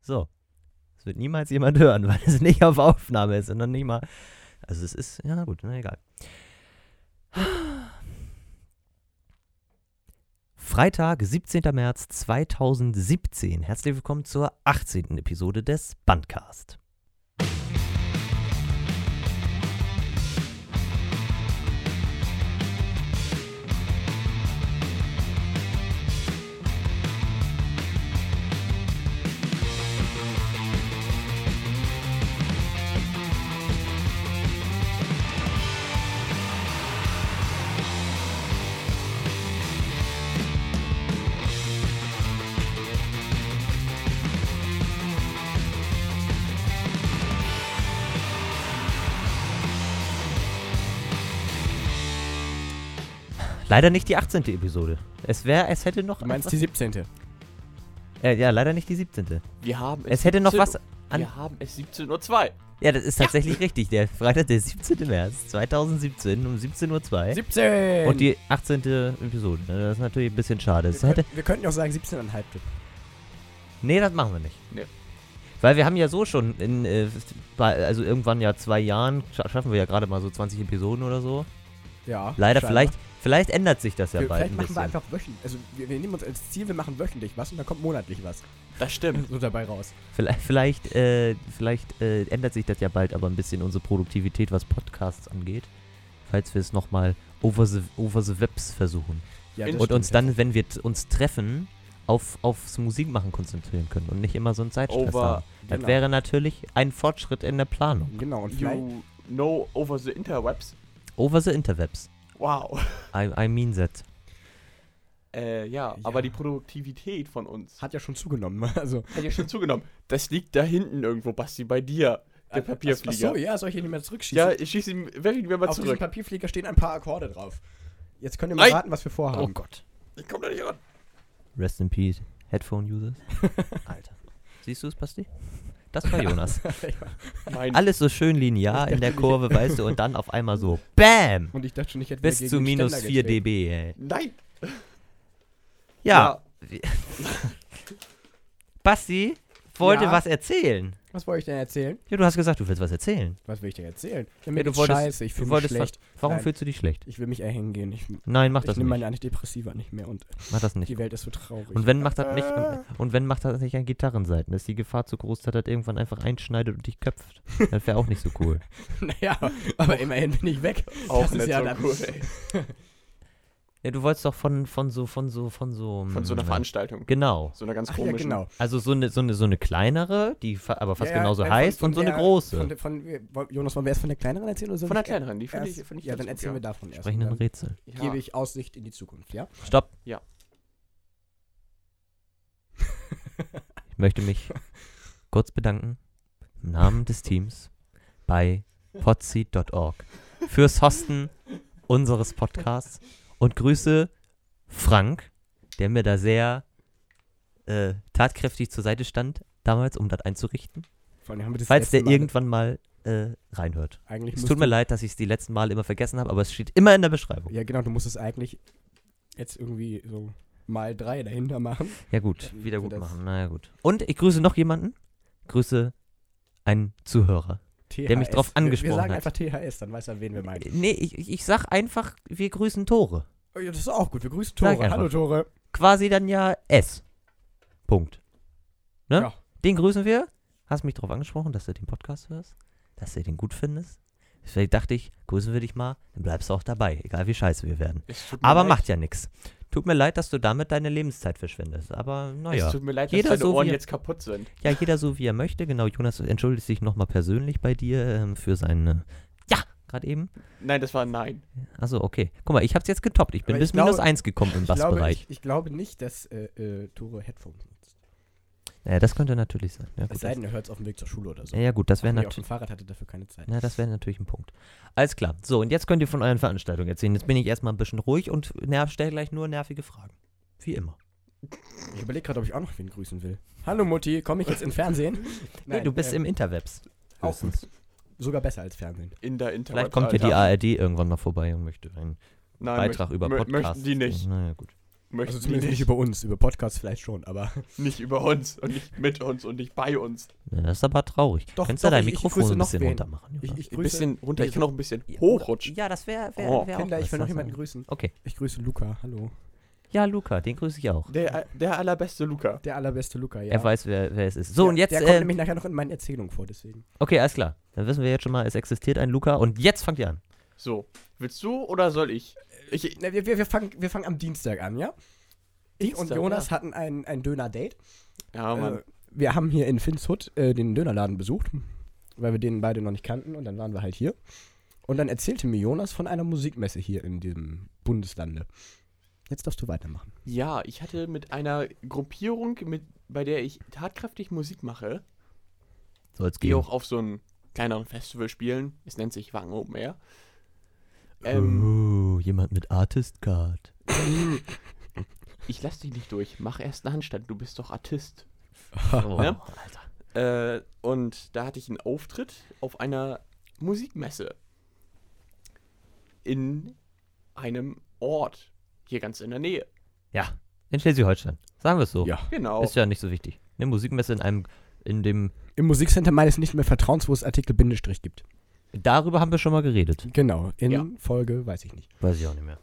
So. Das wird niemals jemand hören, weil es nicht auf Aufnahme ist und dann nicht mal. Also es ist, ja gut, na egal. Freitag, 17. März 2017. Herzlich willkommen zur 18. Episode des Bandcast. Leider nicht die 18. Episode. Es wäre, es hätte noch. Du meinst die etwas- 17. äh, ja, leider nicht die 17. Wir haben Es hätte noch 17 was. Uhr. An, Wir haben es 17.02 Uhr. ja, das ist tatsächlich richtig. Der Freitag, der 17. März 2017 um 17.02 Uhr. 17! Und die 18. Episode. Ne, Das ist natürlich ein bisschen schade. wir, Es hätte, könnten- wir könnten Ähm. ja auch sagen 17,5. nee, das machen wir nicht. Nee. Weil wir haben ja so schon in, äh, bei, also irgendwann ja zwei Jahren, scha- schaffen wir ja gerade mal so 20 Episoden oder so. Ja. Leider, scheinbar. vielleicht, vielleicht ändert sich das ja wir, bald vielleicht ein machen wir bisschen. einfach wöchentlich. Also wir, wir nehmen uns als Ziel, wir machen wöchentlich was und dann kommt monatlich was. Das stimmt. So dabei raus. Vielleicht, vielleicht, äh, vielleicht äh, ändert sich das ja bald aber ein bisschen unsere Produktivität, was Podcasts angeht. Falls wir es nochmal over the, over the Webs versuchen. Ja, Und das und stimmt. uns dann, wenn wir t- uns treffen, auf, aufs Musikmachen konzentrieren können und nicht immer so einen Zeitstress Over. haben. Das Genau. wäre natürlich ein Fortschritt in der Planung. Genau, und vielleicht. You know over the interwebs. Over the Interwebs. Wow. I, I mean that. Äh, ja, Ja. aber die Produktivität von uns hat, Hat ja schon zugenommen. Also, ja schon zugenommen. Das liegt da hinten irgendwo, Basti, bei dir. Der Papierflieger. Achso, äh, ja, soll ich ihn nicht mehr zurückschießen? ja, ich schieße ihm wirklich wieder mal Auf diesem zurück. Papierflieger stehen ein paar Akkorde drauf. Jetzt könnt ihr mal Nein. Oh raten, was wir vorhaben. Gott. Ich komme da nicht ran. Oh. Rest in peace, Headphone-Users. Alter. Siehst du es, Basti? Das war Jonas. Mein Alles so schön linear in der Kurve, weißt du, und dann auf einmal so BAM! Und ich dachte schon, ich hätte Bis wieder zu gegen den minus Ständer 4 getreten. dB, ey. Nein. Ja, Basti wollte Ja? was erzählen. Was wollte ich denn erzählen? Ja, du hast gesagt, du willst was erzählen. Was will ich denn erzählen? Ja, Mir du geht's wolltest- scheiße, ich du fühle mich wolltest schlecht. Warum Nein. fühlst du dich schlecht? Ich will mich erhängen gehen. Ich, Nein, mach ich das nehme nicht. meine Antidepressiva nicht mehr und Mach das nicht. die Welt ist so traurig. Und wenn macht das nicht Äh. und wenn macht das nicht an Gitarrenseiten, ist die Gefahr zu groß, dass das irgendwann einfach einschneidet und dich köpft. Das wäre auch nicht so cool. naja, aber immerhin bin ich weg. Auch Das ist nicht ja so dann- cool, ey. Ja, du wolltest doch von von so von so von so Von so einer mm, Veranstaltung. Genau. So einer ganz Ach ja, komischen. genau. Also so eine, so eine, so eine kleinere, die fa aber fast Ja, ja, genauso nein, von- heißt, von und so eine der- große. Von, der- von, wir- Jonas, wollen wir erst von der kleineren erzählen? Oder soll Von der ich kleineren, die finde erst- ich, finde ich Ja, ganz dann gut, erzählen wir davon erst. Sprechenden Dann Rätsel. ja. gebe ich Aussicht in die Zukunft, ja? Stopp. Ja. Ich möchte mich kurz bedanken im Namen des Teams bei podseed.org fürs Hosten unseres Podcasts und grüße Frank, der mir da sehr äh, tatkräftig zur Seite stand damals, um das einzurichten. Vor allem haben wir das Falls der letzte Mal- irgendwann mal äh, reinhört. Eigentlich Es musst tut mir du- leid, dass ich es die letzten Male immer vergessen habe, aber es steht immer in der Beschreibung. Ja, genau, du musst es eigentlich jetzt irgendwie so mal drei dahinter machen. Ja gut, Dann wieder Äh, für gut das- machen. Naja gut. Und ich grüße noch jemanden. Grüße einen Zuhörer. Der mich THS. drauf wir, angesprochen wir sagen hat. einfach THS, dann weiß er, wen wir meinen. Äh, Nee, ich, ich- ich sag einfach, wir grüßen Tore. Oh, ja, das ist auch gut. Wir grüßen Sag Tore. einfach. Hallo Tore. Quasi dann ja S. Punkt. Ne? Ja. Den grüßen wir. Hast mich drauf angesprochen, dass du den Podcast hörst, dass du den gut findest. Deswegen dachte ich, grüßen wir dich mal, dann bleibst du auch dabei, egal wie scheiße wir werden. Es tut mir Aber leid. macht ja nichts. Tut mir leid, dass du damit deine Lebenszeit verschwendest. Aber naja. Es tut mir leid, dass oh Jeder deine so, wie Ohren er- jetzt kaputt sind. Ja, jeder so wie er möchte. Genau, Jonas entschuldigt sich nochmal persönlich bei dir ähm, für seine. Ja, gerade eben. Nein, das war ein Nein. Achso, okay. Guck mal, ich hab's jetzt getoppt. Ich bin Aber bis ich glaube- minus 1 gekommen im Ich glaube, Bassbereich. ich, ich glaube nicht, dass äh, äh, Tore Headphones nutzt. Ja, das könnte natürlich sein. Ja, Es gut, sei das, denn, er hört es auf dem Weg zur Schule oder so. ja, ja, gut, das wäre Nee, auf dem natürlich. Fahrrad hatte dafür keine Zeit. Na, das wäre natürlich ein Punkt. Alles klar. So, und jetzt könnt ihr von euren Veranstaltungen erzählen. Jetzt bin ich erstmal ein bisschen ruhig und nerv, stell gleich nur nervige Fragen. Wie immer. Ich überlege gerade, ob ich auch noch wen grüßen will. Hallo Mutti, komme ich jetzt ins Fernsehen? nee, du bist äh, im Interwebs. auch höchstens. sogar besser als Fernsehen. In der Internet. Vielleicht kommt ja die ARD irgendwann noch vorbei und möchte einen Nein, Beitrag möcht- über Mhm. mö- Podcasts. Möchten die nicht. Naja, gut. möchten Also die zumindest nicht, nicht über uns, über Podcasts vielleicht schon, aber. nicht über uns und nicht mit uns und nicht bei uns. Na, Ne, das ist aber traurig. Doch, Kannst doch, du dein ich- ich Mikrofon grüße ein noch bisschen wen. runtermachen? Ich, Jonas? ich Ein grüße. bisschen runter, ich kann auch ein bisschen Ja, oder- hochrutschen. Ja, das wäre wär, Oh, wär auch Kinder, was, ich will noch das jemanden wär- grüßen. Okay. Ich grüße Luca, hallo. Ja, Luca, den grüße ich auch. Der, der allerbeste Luca. Der allerbeste Luca, ja. Er weiß, wer, wer es ist. So, Der- und jetzt. Der kommt ähm, nämlich nachher noch in meinen Erzählungen vor, deswegen. okay, alles klar. Dann wissen wir jetzt schon mal, es existiert ein Luca. Und jetzt fangt ihr an. So, willst du oder soll ich? Ich, Na, wir, wir, wir, fangen, wir fangen am Dienstag an, ja? Ich und Dienstag, Jonas ja. hatten ein, ein Döner-Date. ja, Mann. Äh, wir haben hier in Finshut äh, den Dönerladen besucht, weil wir den beide noch nicht kannten und dann waren wir halt hier. Und dann erzählte mir Jonas von einer Musikmesse hier in diesem Bundeslande. Jetzt darfst du weitermachen. Ja, ich hatte mit einer Gruppierung, mit, bei der ich tatkräftig Musik mache, So, jetzt die gehen. auch auf so einem kleineren Festival spielen. Es nennt sich Wangen Open Air. Ähm, oh, jemand mit Artist Card. ich lass dich nicht durch. Mach erst einen Handstand. Du bist doch Artist. Oh, ne? Alter. Äh, und da hatte ich einen Auftritt auf einer Musikmesse. In einem Ort. Hier ganz in der Nähe. Ja, in Schleswig-Holstein. Sagen wir es so. Ja. Genau. Ist ja nicht so wichtig. Eine Musikmesse in einem, in dem, Im Musikcenter meines nicht mehr Vertrauens, wo es Artikel Bindestrich gibt. darüber haben wir schon mal geredet. Genau, in Ja. Folge, weiß ich nicht. Weiß ich auch nicht mehr.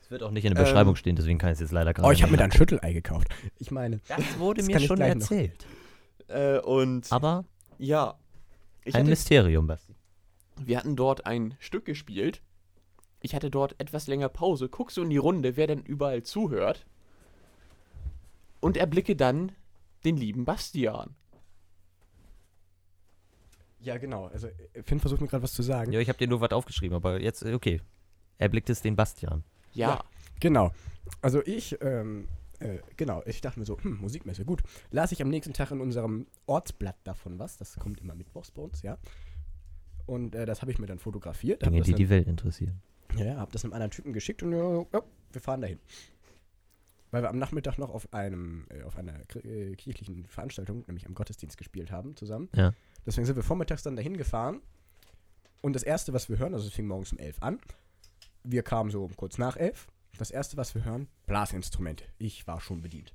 Es wird auch nicht in der Ähm, Beschreibung stehen, deswegen kann ich es jetzt leider gerade Oh, ich habe mir nicht da ein Schüttelei gekauft. Ich meine, Das wurde Das mir kann ich schon gleich noch. erzählt. Äh, und Aber ja. Ich Ah. ein hatte Mysterium, Basti. Wir hatten dort ein Stück gespielt. Ich hatte dort etwas länger Pause. Guck so in die Runde, wer denn überall zuhört. Und erblicke dann den lieben Bastian. ja genau, also Finn versucht mir gerade was zu sagen. Ja, ich habe dir nur was aufgeschrieben, aber jetzt, äh, okay. Er blickt es den Bastian. Ja, Ja. Genau. Also ich, ähm, äh, genau, ich dachte mir so, hm, Musikmesse, gut. Las ich am nächsten Tag in unserem Ortsblatt davon was, das kommt immer mittwochs bei uns, ja. Und äh, das habe ich mir dann fotografiert. Hab Dinge, das die einem, die Welt interessieren. ja, ja, hab das einem anderen Typen geschickt und ja, ja, wir fahren dahin. Weil wir am Nachmittag noch auf einem, äh, auf einer kri- äh, kirchlichen Veranstaltung, nämlich am Gottesdienst gespielt haben zusammen. Ja. Deswegen sind wir vormittags dann dahin gefahren. Und das Erste, was wir hören, also es fing morgens um elf an. Wir kamen so um kurz nach elf. Das Erste, was wir hören, Blasinstrumente. Ich war schon bedient.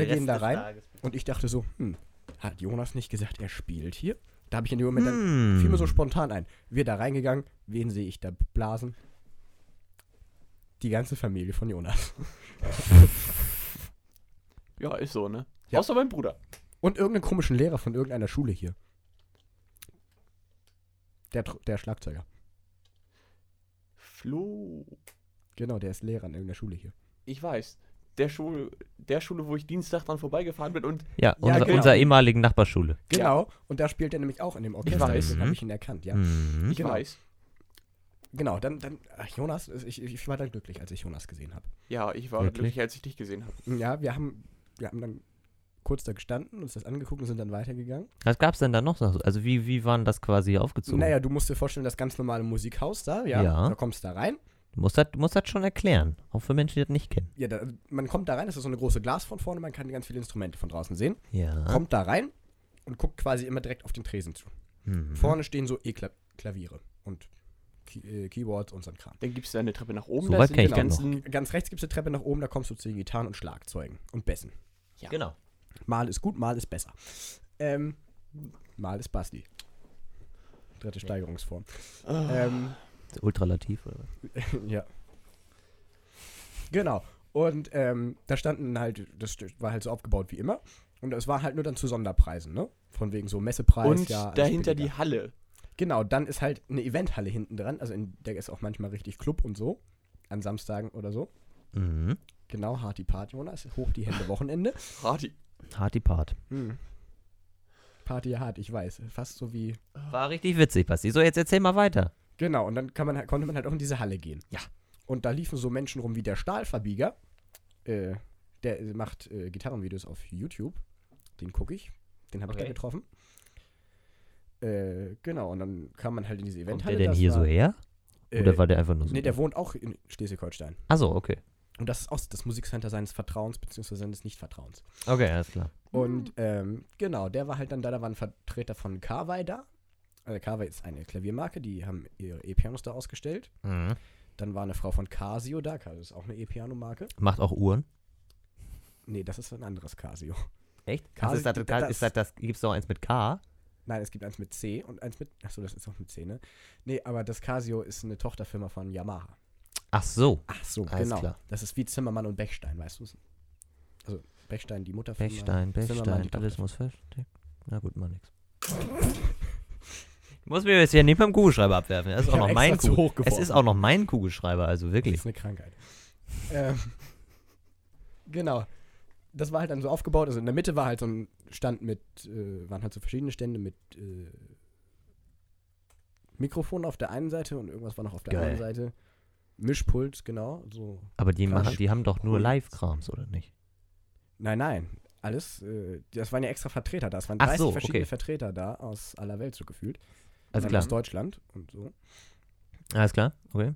den Rest gehen da des rein. Tages. Und ich dachte so, hm, hat Jonas nicht gesagt, er spielt hier? Da habe ich in dem Moment dann, Hm. fiel mir so spontan ein. Wir da reingegangen, wen sehe ich da blasen? Die ganze Familie von Jonas. ja ist so, ne? Ja. Außer mein Bruder. Und irgendeinen komischen Lehrer von irgendeiner Schule hier. Der, Tr- der Schlagzeuger. Flo. Genau, der ist Lehrer an irgendeiner Schule hier. Ich weiß. Der Schule, der Schule, wo ich Dienstag dran vorbeigefahren bin und Ja, unser, genau. unserer ehemaligen Nachbarschule. Genau, und da spielt er nämlich auch in dem Orchester. weiß. Deswegen habe Mhm. ich ihn erkannt, ja. Mhm. ich Genau. weiß. Genau, dann, dann ach, Jonas, ich, ich war dann glücklich, als ich Jonas gesehen habe. Ja, ich war Wirklich? glücklich, als ich dich gesehen habe. Ja, wir haben, wir haben dann kurz da gestanden, uns das angeguckt und sind dann weitergegangen. Was gab's denn da noch? so? Also wie, wie waren das quasi aufgezogen? Naja, du musst dir vorstellen, das ganz normale Musikhaus da, ja. Ja. Da kommst du da rein. Du musst das, du musst das schon erklären, auch für Menschen, die das nicht kennen. Ja, da, man kommt da rein, das ist so eine große Glas von vorne, man kann ganz viele Instrumente von draußen sehen. Ja. Kommt da rein und guckt quasi immer direkt auf den Tresen zu. Mhm. Vorne stehen so E-Klaviere und Key äh, Keyboards und so ein Kram. Dann gibst du eine Treppe nach oben. So da weit sind kenn die ich den noch. ganzen. Ganz rechts gibt es eine Treppe nach oben, da kommst du zu den Gitarren und Schlagzeugen und Bässen. Genau. Mal ist gut, mal ist besser. Ähm, mal ist Basti. Dritte Steigerungsform. Ah, Ähm, Ultralativ oder was? ja. Genau. Und ähm, da standen halt, das war halt so aufgebaut wie immer. Und es war halt nur dann zu Sonderpreisen, ne? Von wegen so Messepreis, und ja. alles dahinter die billiger. Halle. Genau, dann ist halt eine Eventhalle hinten dran. Also in der ist auch manchmal richtig Club und so. An Samstagen oder so. Mhm. Genau, Harty Party, Jonas. Hoch die Hände Wochenende. Party. Harty Part. Hm. Party hart, ich weiß. Fast so wie War richtig witzig, Basti. So, jetzt erzähl mal weiter. Genau, und dann kann man, halt- konnte man halt auch in diese Halle gehen. Ja. Und da liefen so Menschen rum wie der Stahlverbieger. Äh, der äh, macht äh, Gitarrenvideos auf YouTube. Den gucke ich. Den habe ich Okay. da getroffen. Äh, genau, und dann kam man halt in diese Kommt Eventhalle. der denn das hier war, so her? Äh, Oder war der einfach nur so? nee, der wohnt auch in Schleswig-Holstein. Achso, okay. Und das ist auch das Musikcenter seines Vertrauens, beziehungsweise seines Nichtvertrauens. Okay, alles klar. Und Ah. ähm, genau, der war halt dann da, da war ein Vertreter von Äh, Mhm. Carvey da. Also Carvey ist eine Klaviermarke, die haben ihre E-Pianos da ausgestellt. Dann war eine Frau von Casio da. Casio ist auch eine E-Piano-Marke. Macht auch Uhren. Nee, das ist ein anderes Casio. Echt? K- also ist das, das- das, ist das, das gibt es auch eins mit K? Nein, es gibt eins mit C und eins mit. Achso, das ist auch mit C, ne? Nee, aber das Casio ist eine Tochterfirma von Yamaha. Ach so. Ach so, Alles genau. klar. Das ist wie Zimmermann und Bechstein, weißt du Also Bechstein, die Mutterfirma. Bechstein, Bechstein, die alles Tochter. muss versteckt. Na gut, mal nix. Ich muss mir jetzt hier nicht mit dem Kugelschreiber abwerfen. Das ist Ich auch hab noch extra mein zu Kugel hoch Es geworfen. ist auch noch mein Kugelschreiber, also Das wirklich. ist eine Krankheit. ähm, genau. Das war halt dann so aufgebaut. Also in der Mitte war halt so ein Stand mit, äh, waren halt so verschiedene Stände mit äh, Mikrofon auf der einen Seite und irgendwas war noch auf der Geil. anderen Seite. Mischpult, genau. So Aber die, Krass. machen, die haben doch nur Cool. Live-Krams, oder nicht? Nein, nein. Alles, äh, das waren ja extra Vertreter da. Es waren Ach 30 so, verschiedene okay. Vertreter da aus aller Welt so gefühlt. Also Dann klar. Aus Deutschland und so. Alles klar, okay.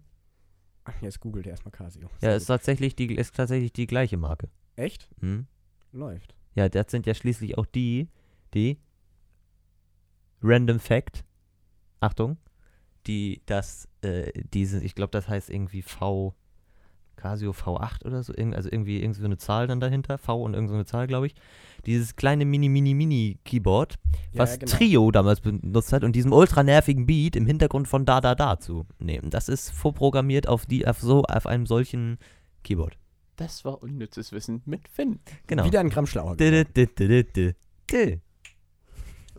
Ach, jetzt googelt er erstmal Casio. Ja, Sehr ist tatsächlich die, ist tatsächlich die gleiche Marke. gut. Echt? Hm? Läuft. Ja, das sind ja schließlich auch die, die Random Fact, Achtung, die das, äh, diese, ich glaube, das heißt irgendwie V, Casio V8 oder so, irgend- also irgendwie irgend so eine Zahl dann dahinter, V und irgendeine so eine Zahl, glaube ich. Dieses kleine Mini-Mini-Mini-Keyboard, was genau. Trio damals benutzt hat und diesem ultra nervigen Beat im Hintergrund von Da Da Da zu nehmen. Das ist vorprogrammiert auf, die, auf, so, auf einem solchen Keyboard. Das war unnützes Wissen mit Finn. Genau. Wieder ein Gramm schlauer. Dö, geworden. dö, dö, dö, dö, dö.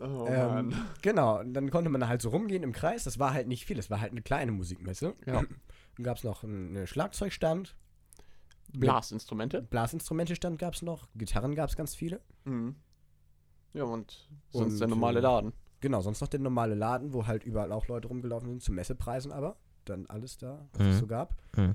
Oh Ähm, Genau, und dann konnte man da halt so rumgehen im Kreis. Das war halt nicht viel, das war halt eine kleine Musikmesse. Ja. Dann gab es noch einen Schlagzeugstand, Blasinstrumente. Blasinstrumentestand gab es noch, Gitarren gab es ganz viele. Mhm. Ja, und sonst Und, der normale äh, Laden. Genau, sonst noch der normale Laden, wo halt überall auch Leute rumgelaufen sind, zu Messepreisen aber. Dann alles da, was es Mhm. so gab. Mhm.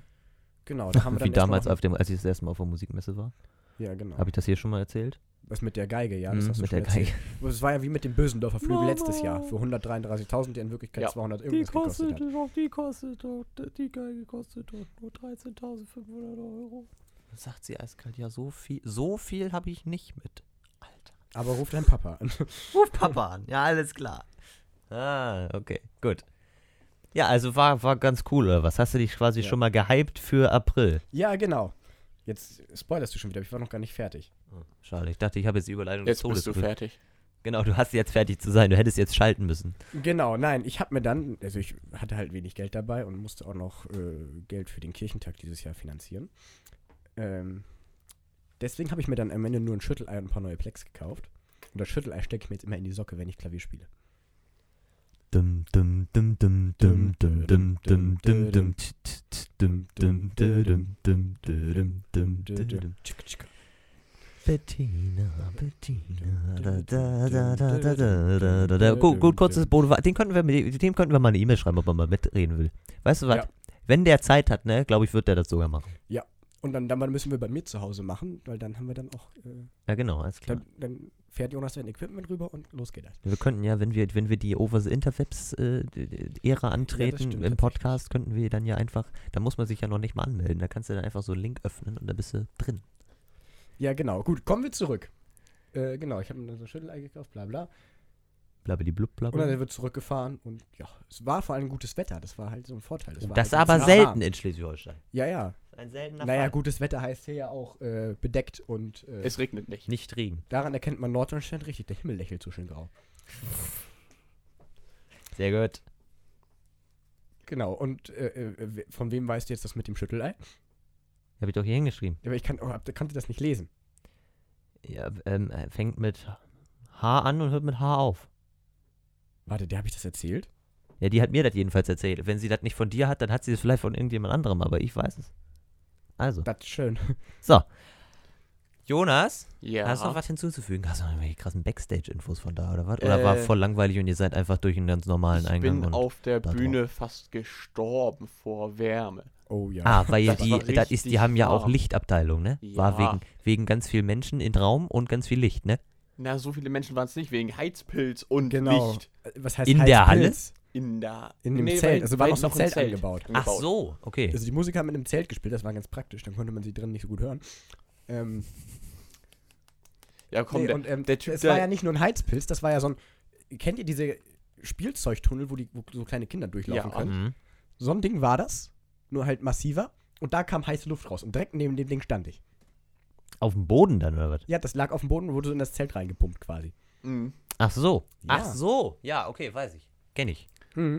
Genau, da haben wir dann Wie damals, erstmal auf dem, als ich das erste Mal auf der Musikmesse war. noch- Ja, genau. Habe ich das hier schon mal erzählt? Was mit der Geige, ja, Mhm, das hast du mit schon der Geige. erzählt. Aber Es war ja wie mit dem Bösendorfer Flügel Mama. letztes Jahr für 133.000, der in Wirklichkeit Ja. 200 irgendwas gekostet hat. doch, die kostet doch, die Geige kostet doch nur 13.500 Euro. Sagt sie eiskalt, ja, so viel, so viel habe ich nicht mit. Alter. Aber ruf dein Papa an. Ruf Papa an, ja, alles klar. Ah, okay, gut. Ja, also war, war ganz cool, oder was? Hast du dich quasi Ja. schon mal gehypt für April? Ja, genau. Jetzt spoilerst du schon wieder, aber ich war noch gar nicht fertig. Oh, Schade, ich dachte, ich habe jetzt die Überleitung Jetzt des Todes. bist du geführt. fertig. Genau, du hast jetzt fertig zu sein, du hättest jetzt schalten müssen. Genau, nein, ich habe mir dann, also ich hatte halt wenig Geld dabei und musste auch noch äh, Geld für den Kirchentag dieses Jahr finanzieren. Ähm, deswegen habe ich mir dann am Ende nur ein Schüttelei und ein paar neue Plex gekauft. Und das Schüttelei stecke ich mir jetzt immer in die Socke, wenn ich Klavier spiele. Dum, dum, dum, dum, dum, dum, dum, dum, dum, dum, tsch, tsch, tsch, dum, dum, dum, dum, dum, dum, dum, dum, dum. Bettina, Bettina, da, da, da, da, da, da, da, da, da. Gut, gut, kurzes Bodo. Den könnten wir, mit- dem könnten wir mal eine E-Mail schreiben, ob er mal mitreden will. Weißt du was? Ja. Wenn der Zeit hat, ne, glaube ich, wird der das sogar machen. Und dann, dann müssen wir bei mir zu Hause machen, weil dann haben wir dann auch, äh, Ja, genau, alles klar. dann, dann fährt Jonas sein Equipment rüber und los geht das. Wir könnten ja, wenn wir, wenn wir die Over the Interwebs äh, d- d- Ära antreten stimmt im tatsächlich. Podcast, könnten wir dann ja einfach, da muss man sich ja noch nicht mal anmelden, da kannst du dann einfach so einen Link öffnen und da bist du drin. Ja, genau. Gut, kommen wir zurück. Äh, genau, ich habe mir dann so ein Schüttelei gekauft, bla bla. Blabli blub Und dann blabla. wird zurückgefahren und ja, es war vor allem gutes Wetter, das war halt so ein Vorteil. war Das ist halt ganz aber nah selten warm. in Schleswig-Holstein. Ja, ja. Ein seltener Naja, Fall. gutes Wetter heißt hier ja auch äh, bedeckt und äh, Es regnet nicht. Nicht Regen. daran erkennt man Norddeutschland richtig. Der Himmel lächelt so schön grau. Sehr gut. Genau, und äh, äh, we- von wem weißt du jetzt das mit dem Schüttelei? Habe ich doch hier hingeschrieben. Aber ich kann, oh, hab- konnte das nicht lesen. Ja, ähm, äh, fängt mit H an und hört mit H auf. Warte, der habe ich das erzählt? Ja, die hat mir das jedenfalls erzählt. Wenn sie das nicht von dir hat, dann hat sie es vielleicht von irgendjemand anderem, aber ich weiß es. Also, Das ist schön. so. Jonas? Ja. Hast du noch was hinzuzufügen? Hast du noch irgendwelche krassen Backstage-Infos von da oder was? Oder war Äh, voll langweilig und ihr seid einfach durch einen ganz normalen ich Eingang? bin und auf der da drauf. Bühne fast gestorben vor Wärme. Oh ja. ah, weil Das war die, das ist, die richtig haben ja auch warm. Lichtabteilung, ne? War Ja. wegen, wegen ganz viel Menschen in Raum und ganz viel Licht, ne? Na, so viele Menschen waren es nicht, wegen Heizpilz und genau. Licht Was heißt In der Heizpilz? in der In dem Nee, Zelt. weil- Also war weil noch so ein ein Zelt, angebaut. Ach so, okay. Also die Musiker haben in einem Zelt gespielt, das war ganz praktisch, dann konnte man sie drin nicht so gut hören. Ähm, Ja, komm, nee, der, und, ähm, der Typ, es war der- ja nicht nur ein Heizpilz, das war ja so ein. Kennt ihr diese Spielzeugtunnel, wo, die, wo so kleine Kinder durchlaufen Ja. können? Mhm. So ein Ding war das. nur halt massiver. Und da kam heiße Luft raus. Und direkt neben dem Ding stand ich. Auf dem Boden dann oder was? Ja, das lag auf dem Boden und wurde so in das Zelt reingepumpt quasi. Mhm. Ach so. Ja. Ach so. Ja, okay, weiß ich. Kenn ich.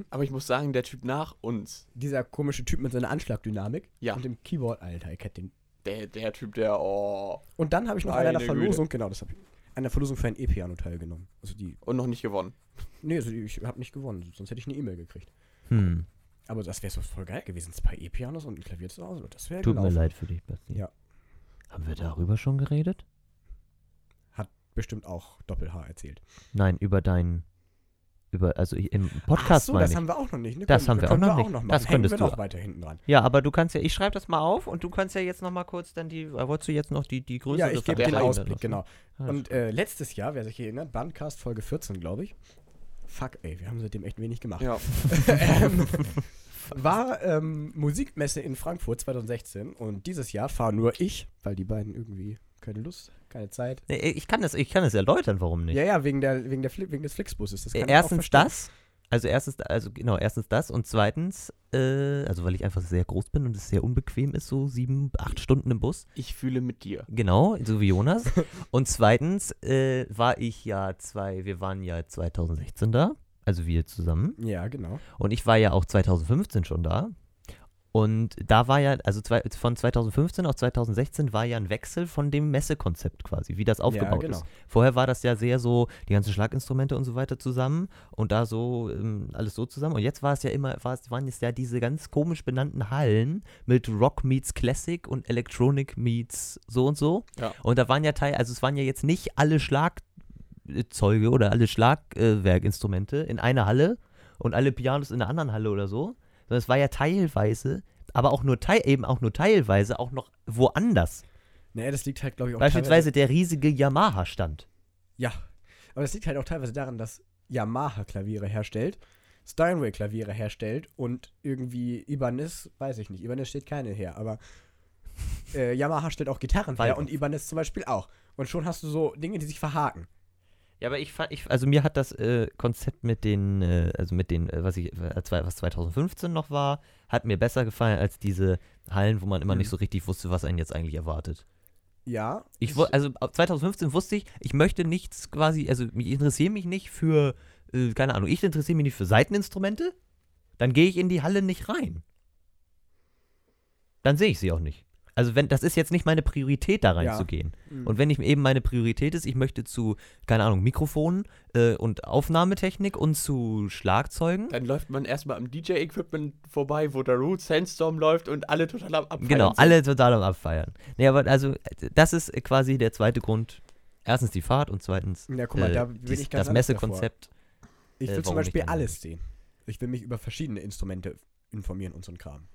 Aber ich muss sagen, der Typ nach uns, Dieser komische Typ mit seiner Anschlagdynamik Ja. und dem Keyboard, Alter, ich hätte den. der, der Typ, der, oh, Und dann habe ich noch an Meine einer Verlosung, genau, das habe ich. An der Verlosung für ein E-Piano teilgenommen. Also die. und noch nicht gewonnen. Nee, also die- ich habe nicht gewonnen, sonst hätte ich eine E-Mail gekriegt. Hm. Aber das wäre so voll geil gewesen. Zwei E-Pianos und ein Klavier zu Hause. Das wäre genau Tut mir gelaufen. leid für dich, Basti. Ja. Haben wir darüber schon geredet? Hat bestimmt auch Doppel-H erzählt. Nein, über deinen. Über, also ich, im Podcast Ach so, meine das ich. haben wir auch noch nicht. Ne? Das Können- haben wir können auch noch nicht. machen. Das Hängen könntest wir du- noch weiter hinten dran. Ja, aber du kannst ja, ich schreibe das mal auf und du kannst ja jetzt nochmal kurz dann die, äh, wolltest du jetzt noch die, die Größe Ja, ich des gebe der den Abteilens Ausblick, lassen? genau. Alles Und äh, letztes Jahr, wer sich hier erinnert, Bandcast Folge 14, glaube ich. Fuck, ey, wir haben seitdem echt wenig gemacht. Ja. ähm, war ähm, Musikmesse in Frankfurt 2016 und dieses Jahr fahre nur ich, weil die beiden irgendwie keine Lust, keine Zeit. Nee, Ich kann das, ich kann das erläutern, warum nicht. Ja, ja, wegen, der, wegen, der Fli wegen des Flixbusses. Das kann ich auch erstens verstehen. das, also erstens, also genau, erstens das und zweitens, äh, also weil ich einfach sehr groß bin und es sehr unbequem ist, so sieben, acht Stunden im Bus. Ich fühle mit dir. Genau, so wie Jonas. Und zweitens äh, war ich ja zwei, wir waren ja 2016 da, also wir zusammen. Ja, genau. Und ich war ja auch 2015 schon da. Und da war ja, also zwei, von 2015 auf 2016 war ja ein Wechsel von dem Messekonzept quasi, wie das aufgebaut genau. ist. Vorher war das ja sehr so, die ganzen Schlaginstrumente und so weiter zusammen und da so ähm, alles so zusammen. Und jetzt war es ja immer, war es, waren es ja diese ganz komisch benannten Hallen mit Rock meets Classic und Electronic meets so und so. Ja. Und da waren ja Teil, also es waren ja jetzt nicht alle Schlagzeuge oder alle Schlagwerkinstrumente in einer Halle und alle Pianos in der anderen Halle oder so, sondern es war ja teilweise, aber auch nur teil, eben auch nur teilweise auch noch woanders. Naja, das liegt halt, glaube ich, auch Beispielsweise der riesige Yamaha-Stand. Ja, aber das liegt halt auch teilweise daran, dass Yamaha Klaviere herstellt, Steinway Klaviere herstellt und irgendwie Ibanez, weiß ich nicht, Ibanez steht keine her, aber äh, Yamaha stellt auch Gitarren her Waldorf. und Ibanez zum Beispiel auch. Und schon hast du so Dinge, die sich verhaken. Ja, aber ich fand, ich, also mir hat das äh, Konzept mit den, äh, also mit den, äh, was ich, äh, zwei- was 2015 noch war, hat mir besser gefallen als diese Hallen, wo man immer Mhm. nicht so richtig wusste, was einen jetzt eigentlich erwartet. Ja, Ich, wo- also ab 2015 wusste ich, ich möchte nichts quasi, also ich interessiere mich nicht für, äh, keine Ahnung, ich interessiere mich nicht für Seiteninstrumente, dann gehe ich in die Halle nicht rein. Dann sehe ich sie auch nicht. Also wenn, das ist jetzt nicht meine Priorität, da reinzugehen. Mhm. Und wenn ich eben meine Priorität ist, ich möchte zu, keine Ahnung, Mikrofonen äh, und Aufnahmetechnik und zu Schlagzeugen. Dann läuft man erstmal am DJ-Equipment vorbei, wo der Root Sandstorm läuft und alle total am Abfeiern Genau, sind. alle total am Abfeiern. Nee, aber also, äh, das ist äh, quasi der zweite Grund. Erstens die Fahrt und zweitens Hm. ja, guck mal, äh, da bin dies- ich ganz das anders Messekonzept. davor. Ich äh, will zum warum nicht Beispiel anders? alles sehen. Ich will mich über verschiedene Instrumente informieren und so ein Kram.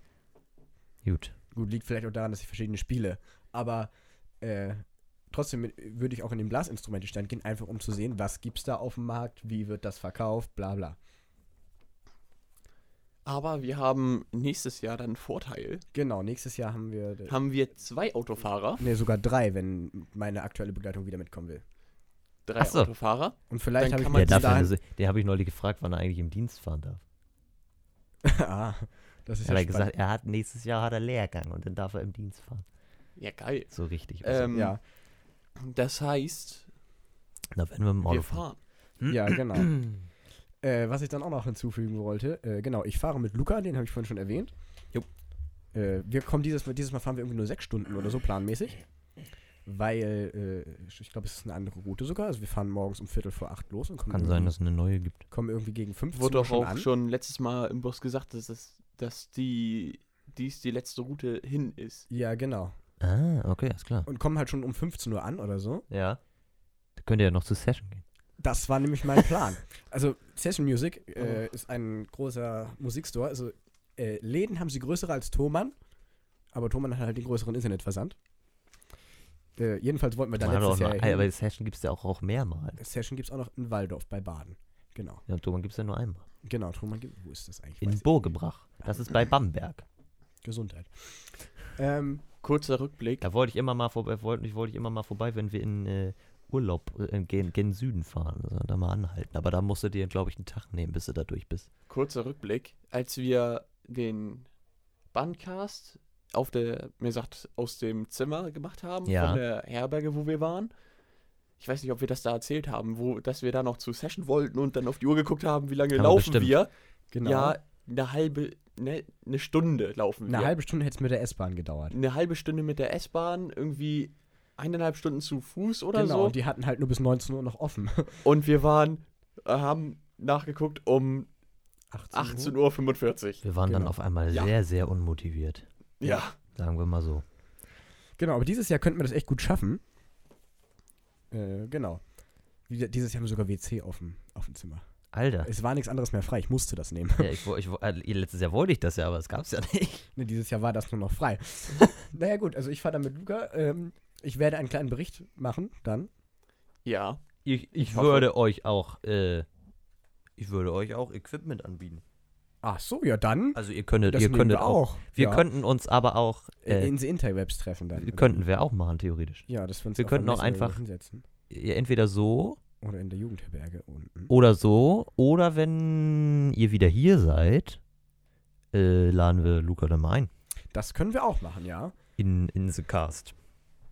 Gut. Gut, liegt vielleicht auch daran, dass ich verschiedene spiele. Aber äh, trotzdem mit- würde ich auch in den Blasinstrumentestand gehen, einfach um zu sehen, was gibt's da auf dem Markt, wie wird das verkauft, bla bla. Aber wir haben nächstes Jahr dann einen Vorteil. Genau, nächstes Jahr haben wir. äh, Haben wir zwei Autofahrer, Ne, sogar drei, wenn meine aktuelle Begleitung wieder mitkommen will. drei Ach so. Autofahrer. Und vielleicht Dann habe ich kann Ja, man bis dafür, dahin- also, den habe ich neulich gefragt, wann er eigentlich im Dienst fahren darf. ah, das ist Er hat ja er gesagt, er hat nächstes Jahr hat er Lehrgang und dann darf er im Dienst fahren. Ja, geil. So richtig. Also, Ähm, ja, Das heißt, da werden wir morgen. wir fahren. ja, hm? genau. äh, was ich dann auch noch hinzufügen wollte, äh, genau, ich fahre mit Luca, den habe ich vorhin schon erwähnt. Jo. Äh, wir kommen dieses, dieses Mal fahren wir irgendwie nur sechs Stunden oder so planmäßig. Weil, äh, ich glaube, es ist eine andere Route sogar. Also wir fahren morgens um Viertel vor acht los und kommen, Kann irgendwie, sein, dass es eine neue gibt. kommen irgendwie gegen fünf Wurde Uhr doch auch an. schon letztes Mal im Bus gesagt, dass, es, dass die, dies die letzte Route hin ist. Ja, genau. Ah, okay, alles klar. Und kommen halt schon um 15 Uhr an oder so. Ja. Da könnt ihr ja noch zur Session gehen. Das war nämlich mein Plan. also Session Music äh, ist ein großer Musikstore. Also äh, Läden haben sie größere als Thomann, aber Thomann hat halt den größeren Internetversand. Äh, jedenfalls wollten wir da Man hat auch letztes Jahr nur, ah, aber hin. die Session gibt es ja auch, auch mehrmals. Session gibt es auch noch in Waldorf bei Baden. Genau, Ja, Thomann gibt es ja nur einmal. genau. Thomann gibt Wo ist das eigentlich? Weiß In ich- Burgebrach. Das ist bei Bamberg. Gesundheit. Ähm, Kurzer Rückblick. Da wollte ich immer mal vorbei, wollte ich, wollte ich immer mal vorbei, wenn wir in äh, Urlaub äh, gehen, gen Süden fahren. Also da mal anhalten. Aber da musst du dir, glaube ich, einen Tag nehmen, bis du da durch bist. Kurzer Rückblick. Als wir den Bandcast auf der, mir sagt, aus dem Zimmer gemacht haben, Ja. von der Herberge, wo wir waren. Ich weiß nicht, ob wir das da erzählt haben, wo, dass wir da noch zur Session wollten und dann auf die Uhr geguckt haben, wie lange Haben wir laufen bestimmt. wir. Genau. Ja, eine halbe, ne, eine Stunde laufen wir. Eine halbe Stunde hätte es mit der S-Bahn gedauert. eine halbe Stunde mit der S-Bahn, irgendwie eineinhalb Stunden zu Fuß oder genau, so. und die hatten halt nur bis 19 Uhr noch offen. Und wir waren, äh, haben nachgeguckt um 18.45 Uhr. Wir waren dann Genau. auf einmal Ja. sehr, sehr unmotiviert. Ja. Sagen wir mal so. Genau, aber dieses Jahr könnten wir das echt gut schaffen. Äh, genau. Wie- Dieses Jahr haben wir sogar WC offen auf dem Zimmer. Alter. Es war nichts anderes mehr frei, ich musste das nehmen. Ja, ich, wo- ich, wo- äh, letztes Jahr wollte ich das ja, aber es gab es ja nicht. Ne, dieses Jahr war das nur noch frei. naja, gut, also ich fahre dann mit Luca. Ähm, ich werde einen kleinen Bericht machen dann. Ja. Ich, ich hoffe- würde euch auch, äh, ich würde euch auch Equipment anbieten. Ach so, ja, dann. Also ihr könntet, das ihr nehmen könntet wir auch. Wir ja. könnten uns aber auch, Äh, äh, in die Interwebs treffen dann. könnten wir auch machen, theoretisch. Ja, das wir uns wir auf könnten der auch Messe irgendwo einfach- hinsetzen. Ja, Entweder so Oder in der Jugendherberge unten. oder so, oder wenn ihr wieder hier seid, äh, laden wir Luca dann mal ein. Das können wir auch machen, ja. In, in The Cast.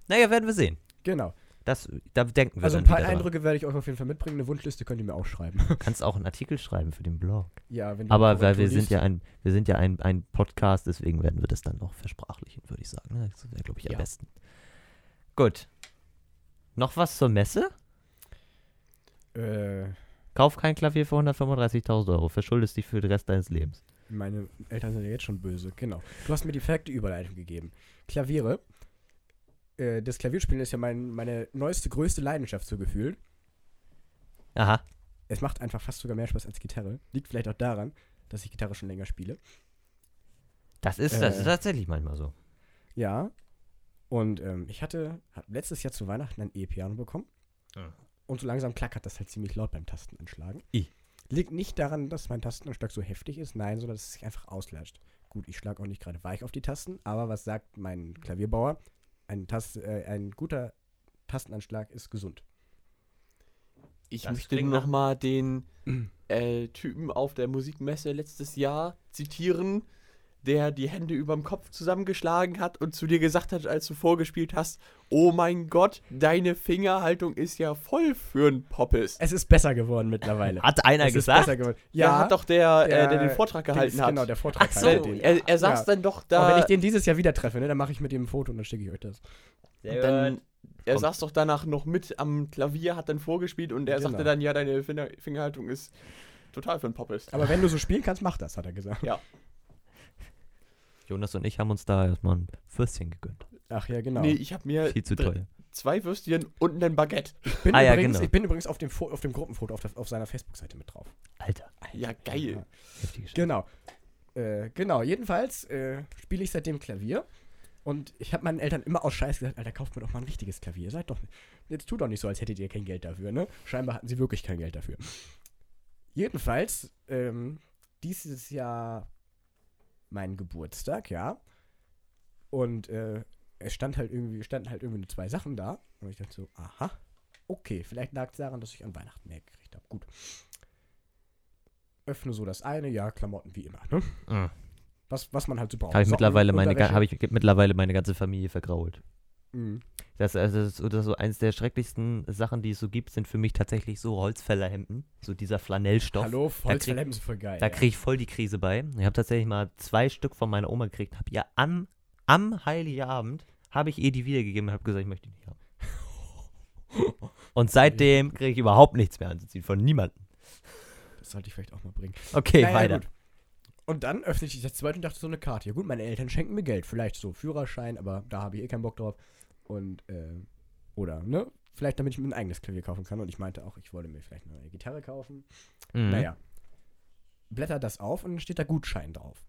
Naja, werden wir sehen. Genau. Das, da denken wir Also ein dann paar wieder dran. Eindrücke werde ich euch auf jeden Fall mitbringen. Eine Wunschliste könnt ihr mir auch schreiben. Du kannst auch einen Artikel schreiben für den Blog. ja, wenn du Aber Korrektur weil wir liest. sind ja ein, wir sind ja ein, ein Podcast, deswegen werden wir das dann auch versprachlichen, würde ich sagen. ne? Das wäre, glaube ich, am Ja. besten. Gut. Noch was zur Messe? Äh, Kauf kein Klavier für 135.000 Euro. Verschuldest dich für den Rest deines Lebens. meine Eltern sind ja jetzt schon böse, genau. Du hast mir die perfekte Überleitung gegeben. Klaviere. Äh, das Klavierspielen ist ja mein, meine neueste, größte Leidenschaft so gefühlt. Aha. Es macht einfach fast sogar mehr Spaß als Gitarre. Liegt vielleicht auch daran, dass ich Gitarre schon länger spiele. Das ist, das ist Äh. tatsächlich manchmal so. Ja. Und ähm, ich hatte hab letztes Jahr zu Weihnachten ein E-Piano bekommen. Ah. Und so langsam klackert das halt ziemlich laut beim Tastenanschlagen. I. Liegt nicht daran, dass mein Tastenanschlag so heftig ist, nein, sondern dass es sich einfach auslatscht. Gut, ich schlage auch nicht gerade weich auf die Tasten, aber was sagt mein Klavierbauer? Ein, Tast äh, ein guter Tastenanschlag ist gesund. Ich Das möchte klingt nach- nochmal den äh, Typen auf der Musikmesse letztes Jahr zitieren, der die Hände überm Kopf zusammengeschlagen hat und zu dir gesagt hat, als du vorgespielt hast, oh mein Gott, deine Fingerhaltung ist ja voll für einen Poppes. Es ist besser geworden mittlerweile. Hat einer es ist gesagt? besser geworden. Ja, Ja, hat doch der, der- äh, der den Vortrag gehalten Dings, hat. Genau, der Vortrag. Ach so, halt Der- den. er, er saß Ja. dann doch Aber wenn da. ich den dieses Jahr wieder treffe, ne, dann mache ich mit dem ein Foto und dann schicke ich euch das. dann, er Kommt. saß doch danach noch mit am Klavier, hat dann vorgespielt und er Genau. sagte dann, ja, deine Finger, Fingerhaltung ist total für einen Poppes. Aber wenn du so spielen kannst, mach das, hat er gesagt. Jonas und ich haben uns da erstmal ein Würstchen gegönnt. Ach ja, genau. Nee, ich habe mir Viel zu dr- teuer. zwei Würstchen und ein Baguette. ich, bin Ah ja, übrigens, genau. ich bin übrigens auf dem, Fo- auf dem Gruppenfoto auf, der, auf seiner Facebook-Seite mit drauf. Alter, Ja, geil. Ja. heftige Scheiße. Genau. Äh, genau, jedenfalls äh, spiele ich seitdem Klavier. Und ich habe meinen Eltern immer aus Scheiß gesagt, Alter, kauft mir doch mal ein richtiges Klavier. Seid doch. Jetzt tut doch nicht so, als hättet ihr kein Geld dafür, ne? Scheinbar hatten sie wirklich kein Geld dafür. Jedenfalls, ähm, dieses Jahr mein Geburtstag, ja. Und äh, es stand halt irgendwie, standen halt irgendwie nur zwei Sachen da. Und ich dachte so, aha, okay, vielleicht lag es daran, dass ich an Weihnachten mehr gekriegt habe. Gut. Öffne so das eine, ja, Klamotten wie immer, ne? Mhm. Was, was man halt so braucht. Habe ich, Socken, mittlerweile meine ga- Unterwäsche. hab ich ge- mittlerweile meine ganze Familie vergrault. Mhm. Das, also das, ist, so- das ist so eins der schrecklichsten Sachen, die es so gibt, sind für mich tatsächlich so Holzfällerhemden. So dieser Flanellstoff. Hallo, krieg- Holzverlemmen sind voll geil. Da ja. kriege ich voll die Krise bei. Ich habe tatsächlich mal zwei Stück von meiner Oma gekriegt. Habe ihr am, am Heiligabend, habe ich ihr die wiedergegeben und habe gesagt, ich möchte die nicht haben. Und seitdem kriege ich überhaupt nichts mehr anzuziehen von niemandem. Das sollte ich vielleicht auch mal bringen. Okay, Naja, weiter. gut. Und dann öffnete ich das zweite und dachte so eine Karte. Ja gut, meine Eltern schenken mir Geld. Vielleicht so Führerschein, aber da habe ich eh keinen Bock drauf. Und, äh, oder, ne? Vielleicht damit ich mir ein eigenes Klavier kaufen kann. Und ich meinte auch, ich wollte mir vielleicht eine neue Gitarre kaufen. Mhm. Naja. Blätter das auf und dann steht da Gutschein drauf.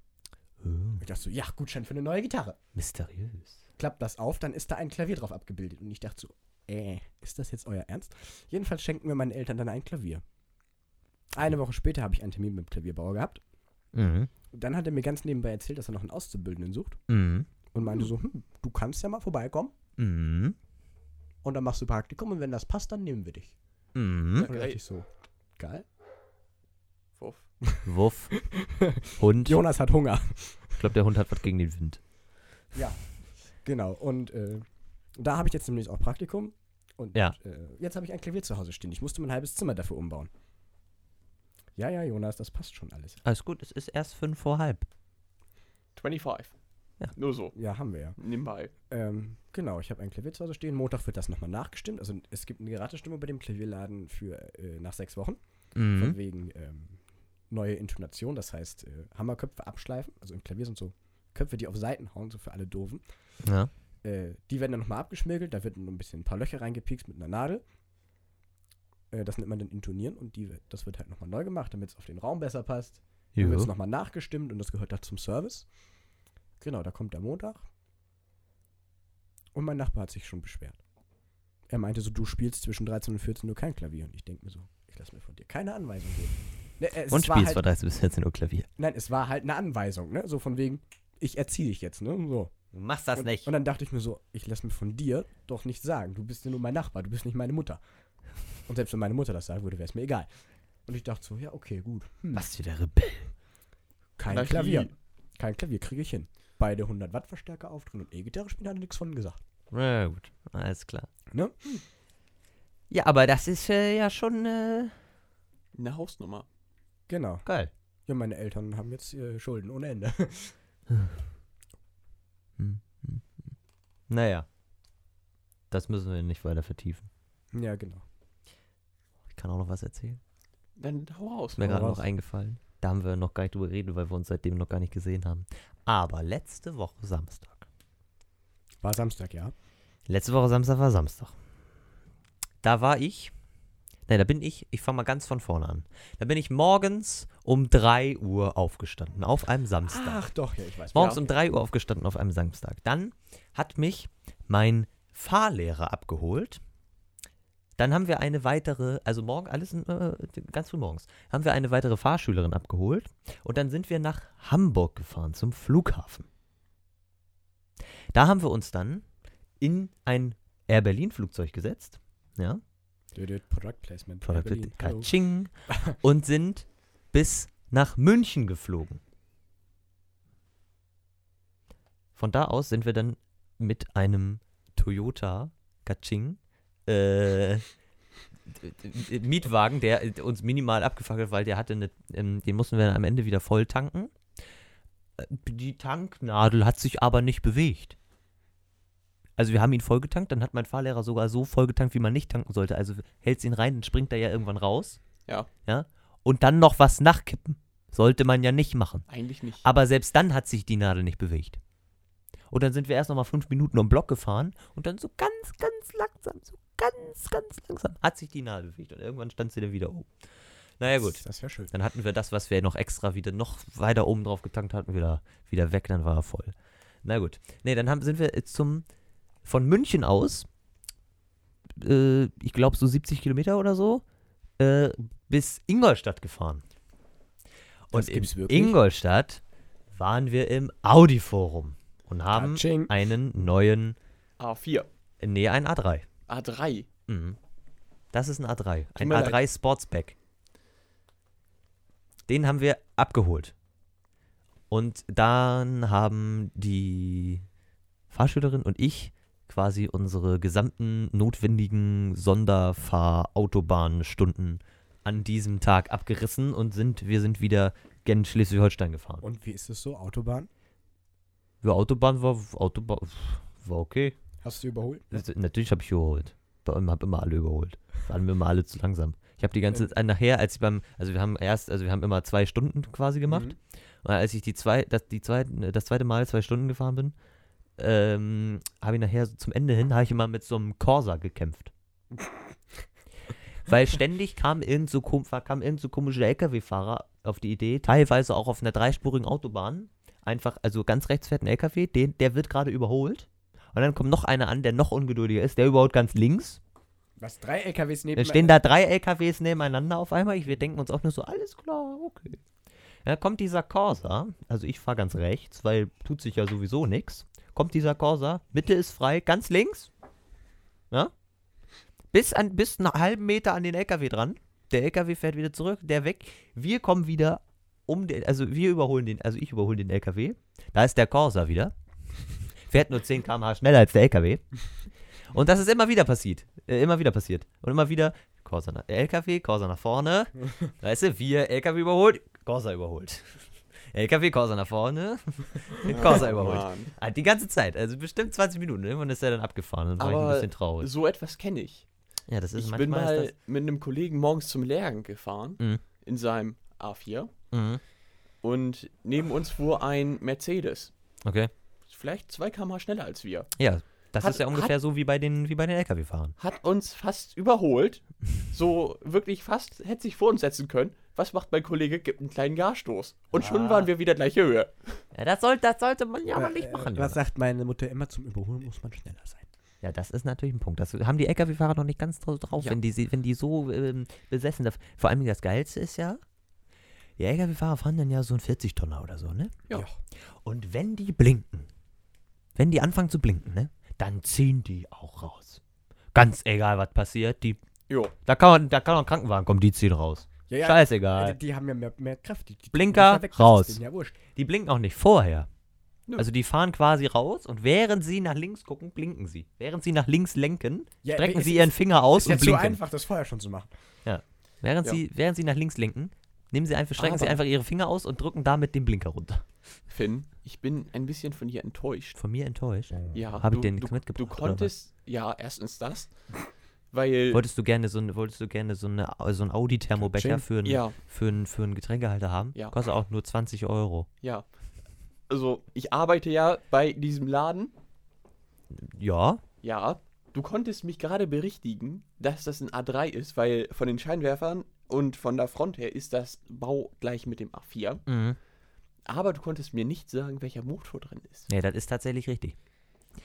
Oh, Und ich dachte so, ja, Gutschein für eine neue Gitarre. mysteriös. Klappt das auf, dann ist da ein Klavier drauf abgebildet. Und ich dachte so, äh, ist das jetzt euer Ernst? Jedenfalls schenken mir meine Eltern dann ein Klavier. Eine Woche später habe ich einen Termin mit dem Klavierbauer gehabt. Mhm. Dann hat er mir ganz nebenbei erzählt, dass er noch einen Auszubildenden sucht Mhm. und meinte so, hm, du kannst ja mal vorbeikommen Mhm. und dann machst du Praktikum und wenn das passt, dann nehmen wir dich. Mhm. Und da Geil. dachte ich so, geil. Wuff. Wuff. Hund. Jonas hat Hunger. glaube, der Hund hat was gegen den Wind. Genau, und äh, da habe ich jetzt nämlich auch Praktikum. Und Ja. äh, jetzt habe ich ein Klavier zu Hause stehen. Ich musste mein halbes Zimmer dafür umbauen. Ja, ja, Jonas, das passt schon alles. Alles gut, es ist erst fünf vor halb. 25. Ja. Nur so. Ja, haben wir ja. Nebenbei. Ähm, genau, ich habe ein Klavier zu Hause stehen. Montag wird das nochmal nachgestimmt. Also es gibt eine Geratestimme bei dem Klavierladen für äh, nach sechs Wochen. Von Mhm. wegen ähm, neue Intonation. Das heißt, äh, Hammerköpfe abschleifen. Also im Klavier sind so Köpfe, die auf Seiten hauen, so für alle Doofen. Ja. äh, die werden dann nochmal abgeschmirgelt, da wird noch ein bisschen ein paar Löcher reingepiekst mit einer Nadel. Äh, das nennt man dann Intonieren und die, wird- das wird halt nochmal neu gemacht, damit es auf den Raum besser passt. Dann wird es Jo. nochmal nachgestimmt und das gehört halt zum Service. Genau, da kommt der Montag. Und mein Nachbar hat sich schon beschwert. Er meinte so, du spielst zwischen 13 und 14 Uhr kein Klavier. Und ich denke mir so, ich lasse mir von dir keine Anweisung geben. Ne, es Und war spielst halt- von 13 bis 14 Uhr Klavier. Nein, es war halt eine Anweisung, ne? So von wegen, ich erziehe dich jetzt, ne? So. Du machst das Und, und dann dachte ich mir so, ich lasse mir von dir doch nicht sagen. Du bist ja nur mein Nachbar, du bist nicht meine Mutter. Und selbst wenn meine Mutter das sagen würde, wäre es mir egal. Und ich dachte so, ja, okay, gut. Hm, Was für der Rebell. kein Na, Klavier. die- Kein Klavier kriege ich hin. Beide 100 Watt Verstärker aufdrehen und E-Gitarre spielen, hat er nichts von gesagt. Na gut, alles klar. Ne? Ja, aber das ist äh, ja schon äh, Eine Hausnummer. Genau. geil. Ja, meine Eltern haben jetzt äh, Schulden ohne Ende. Naja. Das müssen wir nicht weiter vertiefen. ja, genau. Ich kann auch noch was erzählen. Dann hau raus. Ist mir Hau gerade raus. noch eingefallen. Da haben wir noch gar nicht drüber geredet, weil wir uns seitdem noch gar nicht gesehen haben. Aber letzte Woche Samstag. War Samstag, ja. Letzte Woche Samstag war Samstag. Da war ich. Nein, da bin ich. Ich fange mal ganz von vorne an. Da bin ich morgens um 3 Uhr aufgestanden. Auf einem Samstag. Ach doch, ja, ich weiß. Morgens ja. um 3 Uhr aufgestanden auf einem Samstag. Dann hat mich mein Fahrlehrer abgeholt. Dann haben wir eine weitere, also morgen, alles äh, ganz früh morgens, haben wir eine weitere Fahrschülerin abgeholt. Und dann sind wir nach Hamburg gefahren, zum Flughafen. Da haben wir uns dann in ein Air Berlin-Flugzeug gesetzt. Ja. Dödöd, Product Placement. Product Berlin. Hallo. Kaching, und sind bis nach München geflogen. Von da aus sind wir dann mit einem Toyota Kaching äh, d- d- Mietwagen, der äh, uns minimal abgefackelt, weil der hatte eine, ähm, den mussten wir dann am Ende wieder voll tanken. Äh, Die Tanknadel hat sich aber nicht bewegt. Also wir haben ihn vollgetankt, dann hat mein Fahrlehrer sogar so vollgetankt, wie man nicht tanken sollte. Also hältst ihn rein, dann springt er ja irgendwann raus. Ja. Ja. Und dann noch was nachkippen. Sollte man ja nicht machen. Eigentlich nicht. Aber selbst dann hat sich die Nadel nicht bewegt. Und dann sind wir erst nochmal fünf Minuten um den Block gefahren und dann so ganz, ganz langsam, so ganz, ganz langsam hat sich die Nadel bewegt und irgendwann stand sie dann wieder oben. Naja gut. Das ist ja schön. Dann hatten wir das, was wir noch extra wieder noch weiter oben drauf getankt hatten, wieder, wieder weg, dann war er voll. Na gut. Nee, dann haben, sind wir jetzt zum, von München aus, äh, ich glaube so 70 Kilometer oder so, äh, bis Ingolstadt gefahren. Das Und in gibt's wirklich? Ingolstadt waren wir im Audi-Forum und haben Katsching. einen neuen, äh, A4. nee, einen A3. A3. Mhm. Das ist ein A3. Ein mir leid. A3 Sportsback. Den haben wir abgeholt. Und dann haben die Fahrschülerin und ich quasi unsere gesamten notwendigen Sonderfahr-Autobahnstunden an diesem Tag abgerissen und sind, wir sind wieder gen Schleswig-Holstein gefahren. Und wie ist es so? Autobahn? Ja, Autobahn war, Autobahn war okay. Hast du überholt? Also, Natürlich habe ich überholt. Bei uns habe immer alle überholt. Waren wir immer alle zu langsam. Ich habe die ganze Zeit äh, nachher, als ich beim, also wir haben erst, also wir haben immer zwei Stunden quasi gemacht. Mhm. Und als ich die zwei, das, die zweiten, das zweite Mal zwei Stunden gefahren bin, ähm, habe ich nachher so zum Ende hin, habe ich immer mit so einem Corsa gekämpft. Weil ständig kam irgend so, kom kam irgend so komische LKW-Fahrer auf die Idee, teilweise auch auf einer dreispurigen Autobahn, einfach, also ganz rechts fährt ein LKW, den, der wird gerade überholt. Und dann kommt noch einer an, der noch ungeduldiger ist, der überholt ganz links. Mhm. Was, drei LKWs neben Da stehen da drei LKWs nebeneinander auf einmal. Ich, wir denken uns auch nur so, alles klar, okay. Ja, kommt dieser Corsa, also ich fahre ganz rechts, weil tut sich ja sowieso nichts. Kommt dieser Corsa, Mitte ist frei, ganz links. Ja? Bis, an, bis einen halben Meter an den LKW dran. Der LKW fährt wieder zurück, der weg. Wir kommen wieder um den, also wir überholen den, also ich überhole den LKW. Da ist der Corsa wieder. Fährt nur 10 km/h schneller als der LKW. Und das ist immer wieder passiert. Äh, immer wieder passiert. Und immer wieder Corsa nach LKW, Corsa nach vorne. Weißt du, wir LKW überholt, Corsa überholt. LKW, Corsa nach vorne, Corsa überholt. Mann. Ah, Die ganze Zeit, also bestimmt 20 Minuten. Irgendwann ist er dann abgefahren. Dann war ich Aber ein bisschen traurig. So etwas kenne ich. Ja, das ist Ich bin manchmal. mal ist mit einem Kollegen morgens zum Lehrgang gefahren, Mhm. in seinem A4. das, mhm. Und neben uns fuhr ein Mercedes. Okay. Vielleicht zwei km schneller als wir. Ja, das Hat- ist ja ungefähr so wie bei den, wie bei den LKW-Fahrern. Hat uns fast überholt. So wirklich fast hätte sich vor uns setzen können. Was macht mein Kollege? Gibt einen kleinen Garstoß. Und schon Ah. waren wir wieder gleiche Höhe. Ja, das, soll, das sollte man ja Äh, aber nicht machen. äh, was Jonas. sagt meine Mutter immer? Zum Überholen muss man schneller sein. Ja, das ist natürlich ein Punkt. Das haben die LKW-Fahrer noch nicht ganz dra- drauf, Ja. wenn, die, sie- wenn die so ähm, besessen sind. Vor allem das Geilste ist ja, die LKW-Fahrer fahren dann ja so ein 40-Tonner oder so, ne? Ja. Und wenn die blinken, wenn die anfangen zu blinken, ne? Dann ziehen die auch raus. Ganz egal, was passiert. Die, Jo. da, kann man, da kann auch ein Krankenwagen kommen, die ziehen raus. Ja, ja. Scheißegal. Die, die haben ja mehr, mehr Kraft. Die, die Äh, Blinker, die raus. Das ist denen ja wurscht. Die blinken auch nicht vorher. Nö. Also die fahren quasi raus und während sie nach links gucken, blinken sie. Während sie nach links lenken, Ja, strecken es sie ist- ihren Finger aus Ist ja und zu blinken. einfach, das vorher schon zu machen. Während, Ja. sie, während sie nach links lenken, nehmen sie einfach, strecken sie Aber- einfach ihre Finger aus und drücken damit den Blinker runter. Finn, ich bin ein bisschen von dir enttäuscht. Von mir enttäuscht. Ja, Hab ich du, dir nichts du, mitgebracht, du oder konntest, ja, erstens das, weil, Wolltest du gerne so, ein- wolltest du gerne so, eine, so einen Audi-Thermobecher Gin. für einen, ja, für, einen, für einen Getränkehalter haben? Ja. Kostet auch nur 20 Euro. ja, also ich arbeite ja bei diesem Laden, Ja, ja, du konntest mich gerade berichtigen, dass das ein A3 ist, weil von den Scheinwerfern und von der Front her ist das Bau gleich mit dem A4, mhm. aber du konntest mir nicht sagen, welcher Motor drin ist. ja, das ist tatsächlich richtig.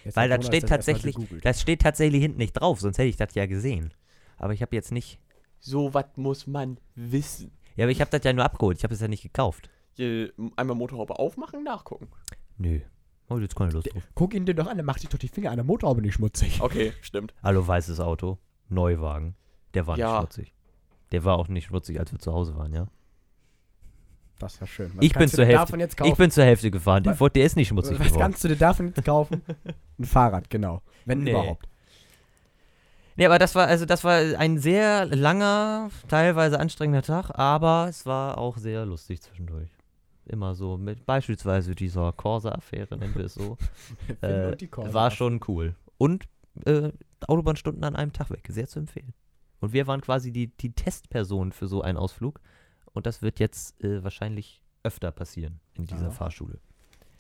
Jetzt Weil hat das Jonas steht, erstmal tatsächlich, gegoogelt. das steht tatsächlich hinten nicht drauf, sonst hätte ich das ja gesehen. Aber ich habe jetzt nicht. So was muss man wissen. Ja, aber ich habe das ja nur abgeholt, ich habe es ja nicht gekauft. Je- Einmal Motorhaube aufmachen, nachgucken. Nö. Oh, jetzt keine Lust drauf. Guck ihn dir doch an, der macht sich doch die Finger an der Motorhaube nicht schmutzig. Okay, stimmt. Hallo, weißes Auto, Neuwagen. Der war Ja. nicht schmutzig. Der war auch nicht schmutzig, als wir zu Hause waren, ja? Das ist ja schön. Ich bin kannst du zur dir Hälfte- davon jetzt kaufen? Ich bin zur Hälfte gefahren. Der, Was- wurde- der ist nicht schmutzig Was geworden. kannst du dir davon jetzt kaufen? Ein Fahrrad, genau. Wenn Nee. überhaupt. Nee, aber das war, also das war ein sehr langer, teilweise anstrengender Tag, aber es war auch sehr lustig zwischendurch. Immer so mit beispielsweise dieser Corsa-Affäre, nennen wir es so. Finn äh, und die Corsa. war schon cool. Und äh, Autobahnstunden an einem Tag weg, sehr zu empfehlen. Und wir waren quasi die, die Testperson für so einen Ausflug. Und das wird jetzt äh, wahrscheinlich öfter passieren in dieser Ja. Fahrschule.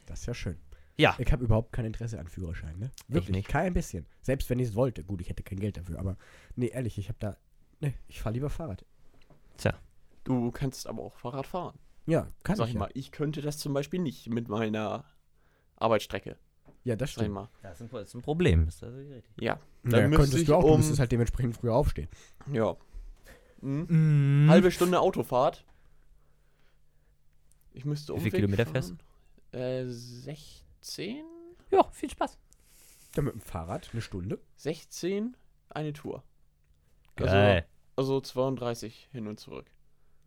Das ist ja schön. Ja. Ich habe überhaupt kein Interesse an Führerschein, ne? Wirklich, nicht. kein bisschen. Selbst wenn ich es wollte. Gut, ich hätte kein Geld dafür, aber nee, ehrlich, ich habe da. Nee, ich fahre lieber Fahrrad. Du kannst aber auch Fahrrad fahren. Ja, kann Sag ich ich ja. mal, ich könnte das zum Beispiel nicht mit meiner Arbeitsstrecke. Ja, das Sag ich stimmt. mal. Das ist ein, das ist ein Problem. Ist also richtig. Ja. Naja, Dann müsste könntest ich du auch, du um- müsstest halt dementsprechend früher aufstehen. Ja. Hm? Mhm. Halbe Stunde Autofahrt. Ich müsste Wie um. viel Kilometer Äh, 16? Ja, viel Spaß. Ja, mit dem Fahrrad eine Stunde. 16 eine Tour. Geil. Also, also 32 hin und zurück.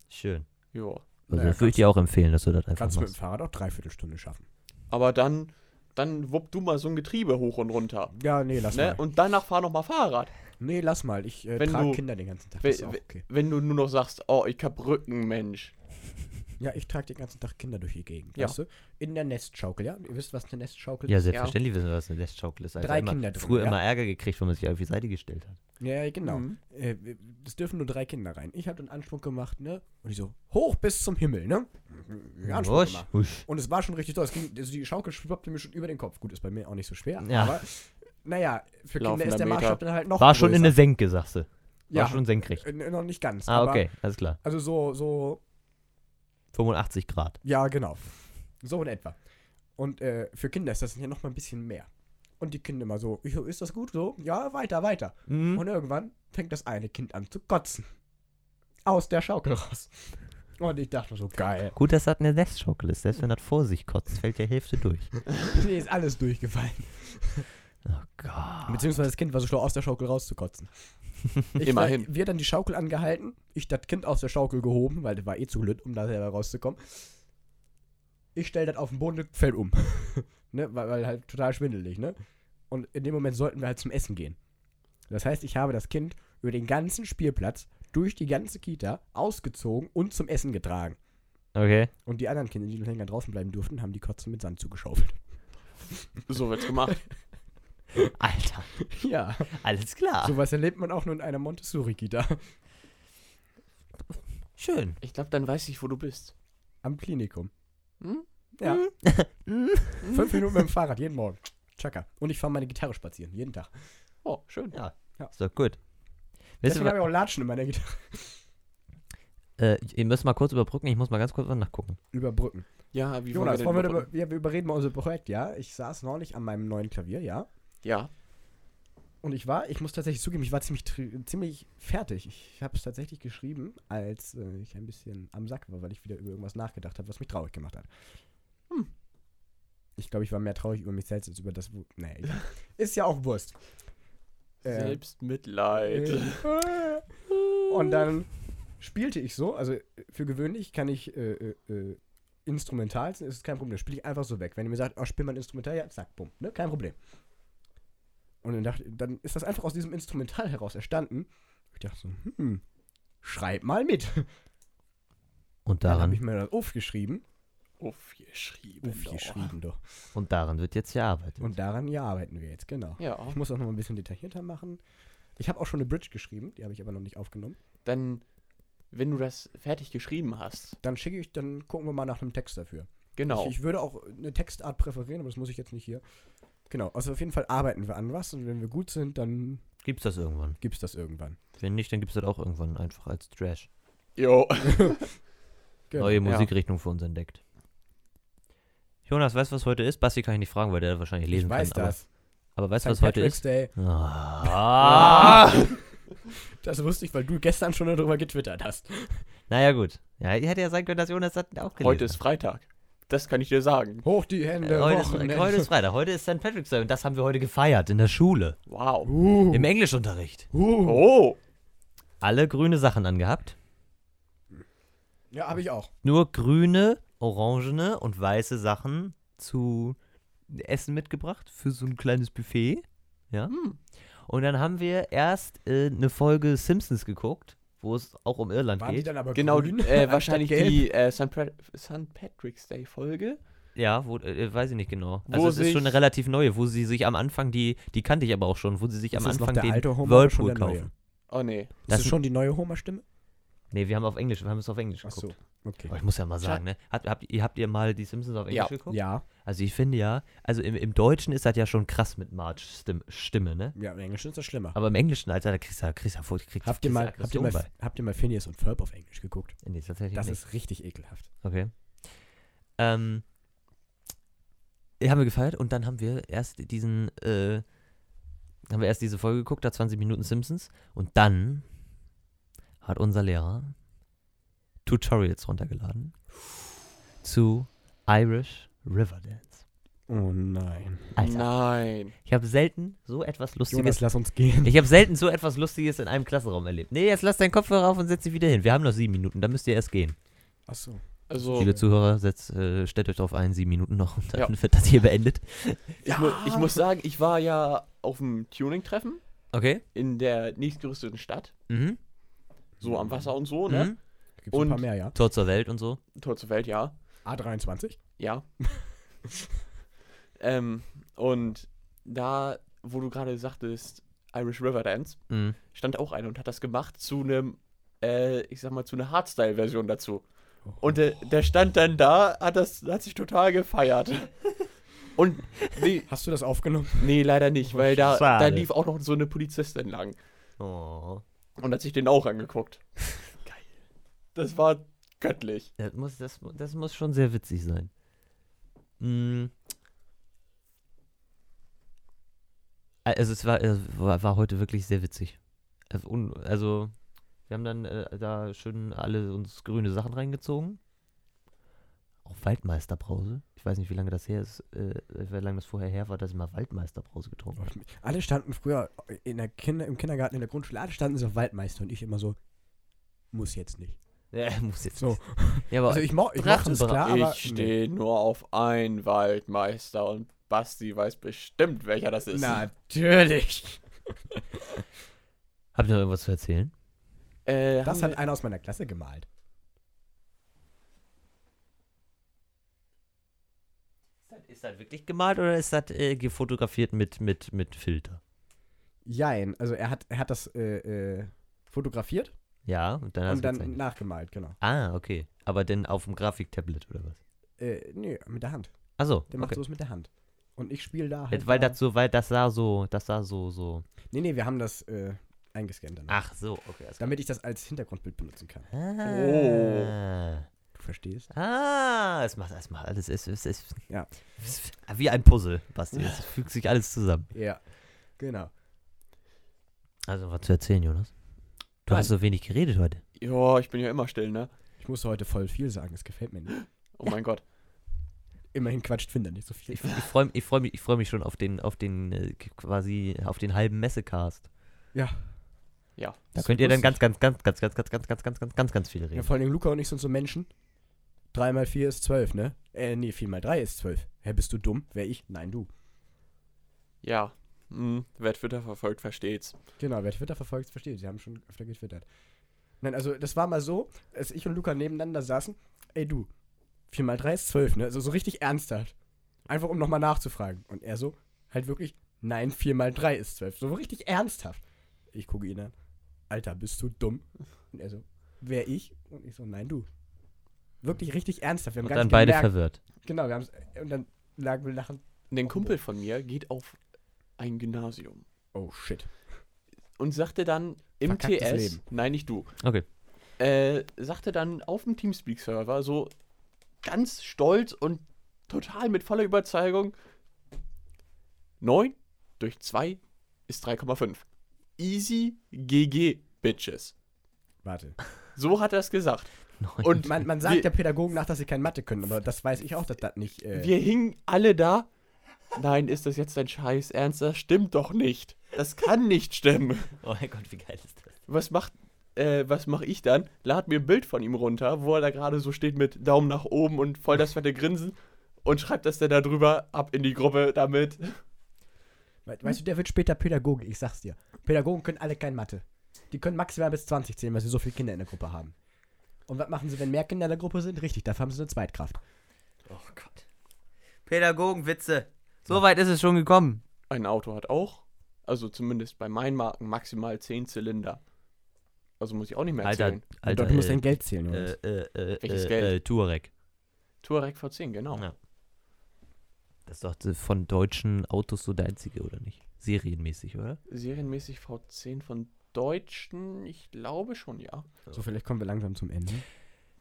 Schön. Ja. Also Naja, das würde ich dir auch empfehlen, dass du das einfach Kannst du mit dem machst. Fahrrad auch dreiviertel Stunde schaffen. Aber dann, dann wupp du mal so ein Getriebe hoch und runter. Ja, nee, lass Ne? mal. Und danach fahr noch mal Fahrrad. Nee, lass mal. Ich äh, Wenn trage du- Kinder den ganzen Tag. wenn- Das ist auch okay. Wenn du nur noch sagst, oh, ich hab Rücken, Mensch. Ja, ich trage den ganzen Tag Kinder durch die Gegend. Ja. Weißt du? In der Nestschaukel, ja? Ihr wisst, was eine Nestschaukel Ja, ist? selbstverständlich wissen wir, was eine Deathschaukel ist. Also Drei immer, Kinder drin, Früher ja. immer Ärger gekriegt, wenn man sich auf die Seite gestellt hat. Ja, ja, genau. Mhm. Äh, es dürfen nur drei Kinder rein. Ich habe den Anschwung gemacht, ne? Und ich so, hoch bis zum Himmel, ne? Den Anschwung Husch, gemacht. husch. Und es war schon richtig toll. Es ging, also die Schaukel schwappte mir schon über den Kopf. Gut, ist bei mir auch nicht so schwer. Ja. Aber naja, für Kinder Laufender ist der Meter. Maßstab dann halt noch War schon in größer. der Senke, sagst du. ja, War schon senkrecht. äh, Noch nicht ganz. Ah, aber- okay, alles klar. Also so, so 85 Grad. Ja, genau. So in etwa. Und äh, für Kinder ist das ja noch mal ein bisschen mehr. Und die Kinder immer so, "Jo, ist das gut so? Ja, weiter, weiter. Mhm. Und irgendwann fängt das eine Kind an zu kotzen. Aus der Schaukel raus. Und ich dachte so, geil. Gut, dass das eine Nestschaukel ist. Selbst wenn das vor sich kotzt, fällt die Hälfte durch. Mir ist alles durchgefallen. Oh Gott. Ah. Beziehungsweise das Kind war so schlau, aus der Schaukel rauszukotzen. Ich Immerhin. Da, wir dann die Schaukel angehalten, ich das Kind aus der Schaukel gehoben, weil der war eh zu blöd, um da selber rauszukommen. ich stelle das auf den Boden, das fällt um. ne? weil, weil halt total schwindelig, ne? Und in dem Moment sollten wir halt zum Essen gehen. Das heißt, ich habe das Kind über den ganzen Spielplatz, durch die ganze Kita, ausgezogen und zum Essen getragen. Okay. Und die anderen Kinder, die länger draußen bleiben durften, haben die Kotze mit Sand zugeschaufelt. So wird's gemacht. Alter, Ja. alles klar. Sowas erlebt man auch nur in einer Montessori-Kita. Schön. Ich glaube, dann weiß ich, wo du bist. Am Klinikum. Hm? Ja. mhm. Fünf Minuten mit dem Fahrrad, jeden Morgen. Tschakka. Und ich fahre meine Gitarre spazieren, jeden Tag. Oh, schön. Ja. Ja. So, gut. Wissen Deswegen wir, habe ich auch Latschen in meiner Gitarre. äh, ihr müsst mal kurz überbrücken, ich muss mal ganz kurz was nachgucken. Überbrücken. Ja, wie Jonas, wollen wir, denn über, wir, wir überreden mal unser Projekt, ja? Ich saß neulich an meinem neuen Klavier, ja? Ja, Und ich war, ich muss tatsächlich zugeben, ich war ziemlich, tri- ziemlich fertig. Ich habe es tatsächlich geschrieben, als äh, ich ein bisschen am Sack war, weil ich wieder über irgendwas nachgedacht habe, was mich traurig gemacht hat. Hm. Ich glaube, ich war mehr traurig über mich selbst als über das. wo- Nee, egal. ist ja auch Wurst. Äh, Selbstmitleid. äh, und dann spielte ich so, also äh, für gewöhnlich kann ich äh, äh, äh, instrumental, ist es kein Problem, das spiele ich einfach so weg. Wenn ihr mir sagt, oh, spiel mal ein Instrumental, ja, zack, bumm, ne, kein Problem. Und dann dachte dann ist das einfach aus diesem Instrumental heraus entstanden. Ich dachte so, hm, schreib mal mit. Und Dann habe ich daran, mir das aufgeschrieben. Oh, Oh, Aufgeschrieben. Aufgeschrieben doch. und daran wird jetzt gearbeitet. Und daran, ja, arbeiten wir jetzt, genau. Ja, Ich muss auch noch mal ein bisschen detaillierter machen. Ich habe auch schon eine Bridge geschrieben, die habe ich aber noch nicht aufgenommen. dann, wenn du das fertig geschrieben hast, Dann schicke ich, dann gucken wir mal nach einem Text dafür. genau. Ich, ich würde auch eine Textart präferieren, aber das muss ich jetzt nicht hier. Genau, also auf jeden Fall arbeiten wir an was und wenn wir gut sind, dann Gibt's das irgendwann? gibt's das irgendwann. Wenn nicht, dann gibt's das auch irgendwann einfach als Trash. Jo. Genau. Neue Ja. Musikrichtung für uns entdeckt. Jonas, weißt du, was heute ist? Basti kann ich nicht fragen, weil der wahrscheinlich lesen ich weiß kann. das. Aber, aber weißt du, St. was heute Patrick's ist? Day. Ah. Das wusste ich, weil du gestern schon darüber getwittert hast. Naja, gut. Ja, hätte ja sein können, dass Jonas das auch gelesen Heute ist Freitag. Das kann ich dir sagen. Hoch die hat. Hände. Äh, heute, ist, Wochenende. heute ist Freitag, heute ist St. Patrick's Day und das haben wir heute gefeiert in der Schule, Wow. uh, im Englischunterricht. uh. Oh. Alle grüne Sachen angehabt, Ja, habe ich auch. nur grüne, orangene und weiße Sachen zu Essen mitgebracht für so ein kleines Buffet. Hm. Und dann haben wir erst äh, eine Folge Simpsons geguckt, wo es auch um Irland Waren die geht. dann aber Genau, grün? äh, anstatt wahrscheinlich gelb? die äh, St. Pat St. Patrick's Day Folge. Ja, wo, äh, weiß ich nicht genau. Wo Also es ist schon eine sich- relativ neue, wo sie sich am Anfang die, die kannte ich aber auch schon, wo sie sich Ist am das noch Anfang der den alte Homer oder schon Whirlpool der neue? kaufen. Oh nee. Das Ist das sind- schon die neue Homer-Stimme? Nee, wir haben auf Englisch, wir haben es auf Englisch Ach geguckt. so, okay. Aber ich muss ja mal sagen, ne? Habt, habt, ihr, habt ihr mal die Simpsons auf Englisch Ja. geguckt? Ja, Also ich finde ja, also im, im Deutschen ist das ja schon krass mit Marge Stimme, Stimme ne? ja, im Englischen ist das schlimmer. Aber im Englischen, Alter, da kriegst du, da kriegst du, kriegst du Habt kriegst du ihr, mal, habt, ihr Aggression mal, habt ihr mal Phineas und Ferb auf Englisch geguckt? bei. Nee, tatsächlich Das nicht. ist richtig ekelhaft. Okay. Ähm, haben wir gefeiert und dann haben wir erst diesen, äh, haben wir erst diese Folge geguckt, da 20 Minuten Simpsons und dann hat unser Lehrer Tutorials runtergeladen zu Irish Riverdance. Oh nein. Alter, Nein. ich habe selten so etwas Lustiges. Jonas, lass uns gehen. Ich habe selten so etwas Lustiges in einem Klassenraum erlebt. Nee, jetzt lass deinen Kopfhörer auf und setz dich wieder hin. Wir haben noch sieben Minuten, dann müsst ihr erst gehen. Achso. Also, Liebe Zuhörer, setzt, äh, stellt euch drauf ein, sieben Minuten noch und dann Ja. wird das hier beendet. ich, mu ich muss sagen, ich war ja auf dem Tuning-Treffen Okay. in der nächstgrößten Stadt. Mhm. So am Wasser und so, ne? Mhm. Gibt's ein Und- paar mehr, ja? Tor zur Welt und so. Mhm. Tor zur Welt, ja. A23? Ja. ähm, und da, wo du gerade sagtest, Irish Riverdance, Mhm. stand auch einer und hat das gemacht zu einem, äh, ich sag mal, zu einer Hardstyle-Version dazu. Und der, der stand dann da, hat das, hat sich total gefeiert. Und nee, Hast du das aufgenommen? nee leider nicht, weil da, da Schade. lief auch noch so eine Polizistin lang Oh. und hat sich den auch angeguckt. Geil. Das war göttlich. Das muss, das, das muss schon sehr witzig sein. Mhm. Also es war, äh, war, war heute wirklich sehr witzig. Also, un, also wir haben dann äh, da schön alle uns grüne Sachen reingezogen. Auch Waldmeisterbrause. Ich weiß nicht, wie lange das her ist, äh, wie lange das vorher her war, dass ich mal Waldmeisterbrause getrunken habe. Alle standen früher in der Kinder, im Kindergarten, in der Grundschule, alle standen so auf Waldmeister und ich immer so, muss jetzt nicht. Ja, muss jetzt So. nicht. Ja, aber Also ich, mo ich mochte es Drachenbra- klar, Ah, aber ich stehe nur auf einen Waldmeister und Basti weiß bestimmt, welcher das ist. Natürlich. habt ihr noch irgendwas zu erzählen? Äh, Das haben hat einer aus meiner Klasse gemalt. Ist das wirklich gemalt oder ist das äh, gefotografiert mit, mit, mit Filter? Jein, also er hat, er hat das äh, äh, fotografiert Ja, und dann hast und du dann gezeichnet. nachgemalt, genau. Ah, okay. Aber denn auf dem Grafiktablet oder was? Äh, nö, mit der Hand. Achso, Der macht okay. sowas mit der Hand. Und ich spiele da Jetzt, halt. weil da- das so, weil das sah so, das sah so, so. nee, nee, wir haben das äh, eingescannt dann. Ach so, okay. alles Damit ich das als Hintergrundbild benutzen kann. klar. Oh. Ah. Du verstehst? Ah, es macht erstmal alles. Es, es, es, Ja. es, wie ein Puzzle, Basti. Es fügt sich alles zusammen. Ja. Genau. Also, was zu erzählen, Jonas? Du hast Nein. so wenig geredet heute. ja, ich bin ja immer still, ne? Ich musste heute voll viel sagen, das gefällt mir nicht. Oh mein Gott. Immerhin quatscht Finder nicht so viel. Ich, ich freue ich freu mich, ich freu mich schon auf den, auf den äh, quasi, auf den halben Messecast. Ja. Ja. Da Das könnt ihr wird dann ganz, ganz, lustig. ganz, ganz, ganz, ganz, ganz, ganz, ganz, ganz, ganz, ganz viel Ja, reden. vor allem Luca und ich sind so Menschen. 3 mal 4 ist 12, ne? Äh, nee, 4 mal 3 ist 12. Hä, bist du dumm? Wer ich? Nein, du. Ja. Hm, wer Twitter verfolgt, versteht's. Genau, wer Twitter verfolgt, versteht. Sie haben schon öfter getwittert. Nein, also das war mal so, als ich und Luca nebeneinander saßen, ey du, 4 mal 3 ist 12, ne? Also so richtig ernsthaft. Einfach um nochmal nachzufragen. Und er so, halt wirklich, nein, 4 mal 3 ist 12. So richtig ernsthaft. Ich gucke ihn an. Alter, bist du dumm? Und er so, wer ich? Und ich so, nein, du. Wirklich richtig ernsthaft. Wir Und haben gar dann nicht beide gemerkt. verwirrt. Genau, wir haben es. Und dann lagen wir lachen. Ein Kumpel von mir geht auf ein Gymnasium Oh shit. und sagte dann im Verkacktes TS, Leben. nein, nicht du, Okay. äh, sagte dann auf dem Teamspeak-Server so ganz stolz und total mit voller Überzeugung: 9 durch 2 ist 3,5. Easy GG, Bitches. Warte. So hat er es gesagt. Neun. Und Man, man Wir- sagt der Pädagogen nach, dass sie kein Mathe können, aber das weiß ich auch, dass das nicht. Äh, Wir hingen alle da. Nein, ist das jetzt dein Scheiß Ernst? Das stimmt doch nicht. Das kann nicht stimmen. oh mein Gott, wie geil ist das? Was macht, äh, was mache ich dann? Lad mir ein Bild von ihm runter, wo er da gerade so steht mit Daumen nach oben und voll das fette Grinsen und schreibt das dann da drüber ab in die Gruppe damit. We weißt du, der wird später Pädagoge, ich sag's dir. Pädagogen können alle kein Mathe. Die können maximal bis 20 zählen, weil sie so viele Kinder in der Gruppe haben. Und was machen sie, wenn mehr Kinder in der Gruppe sind? Richtig, dafür haben sie eine Zweitkraft. Oh Gott. Pädagogenwitze. So weit ist es schon gekommen. Ein Auto hat auch, also zumindest bei meinen Marken, maximal 10 Zylinder. Also muss ich auch nicht mehr Alter, erzählen. Alter. du musst äh, dein Geld zählen, äh, Jonas. äh, äh, Welches äh, Geld? äh, Touareg. Touareg V10, genau. Ja. Das ist doch die- von deutschen Autos so der einzige, oder nicht? Serienmäßig, oder? Serienmäßig V10 von Deutschen, ich glaube schon, ja. so, vielleicht kommen wir langsam zum Ende.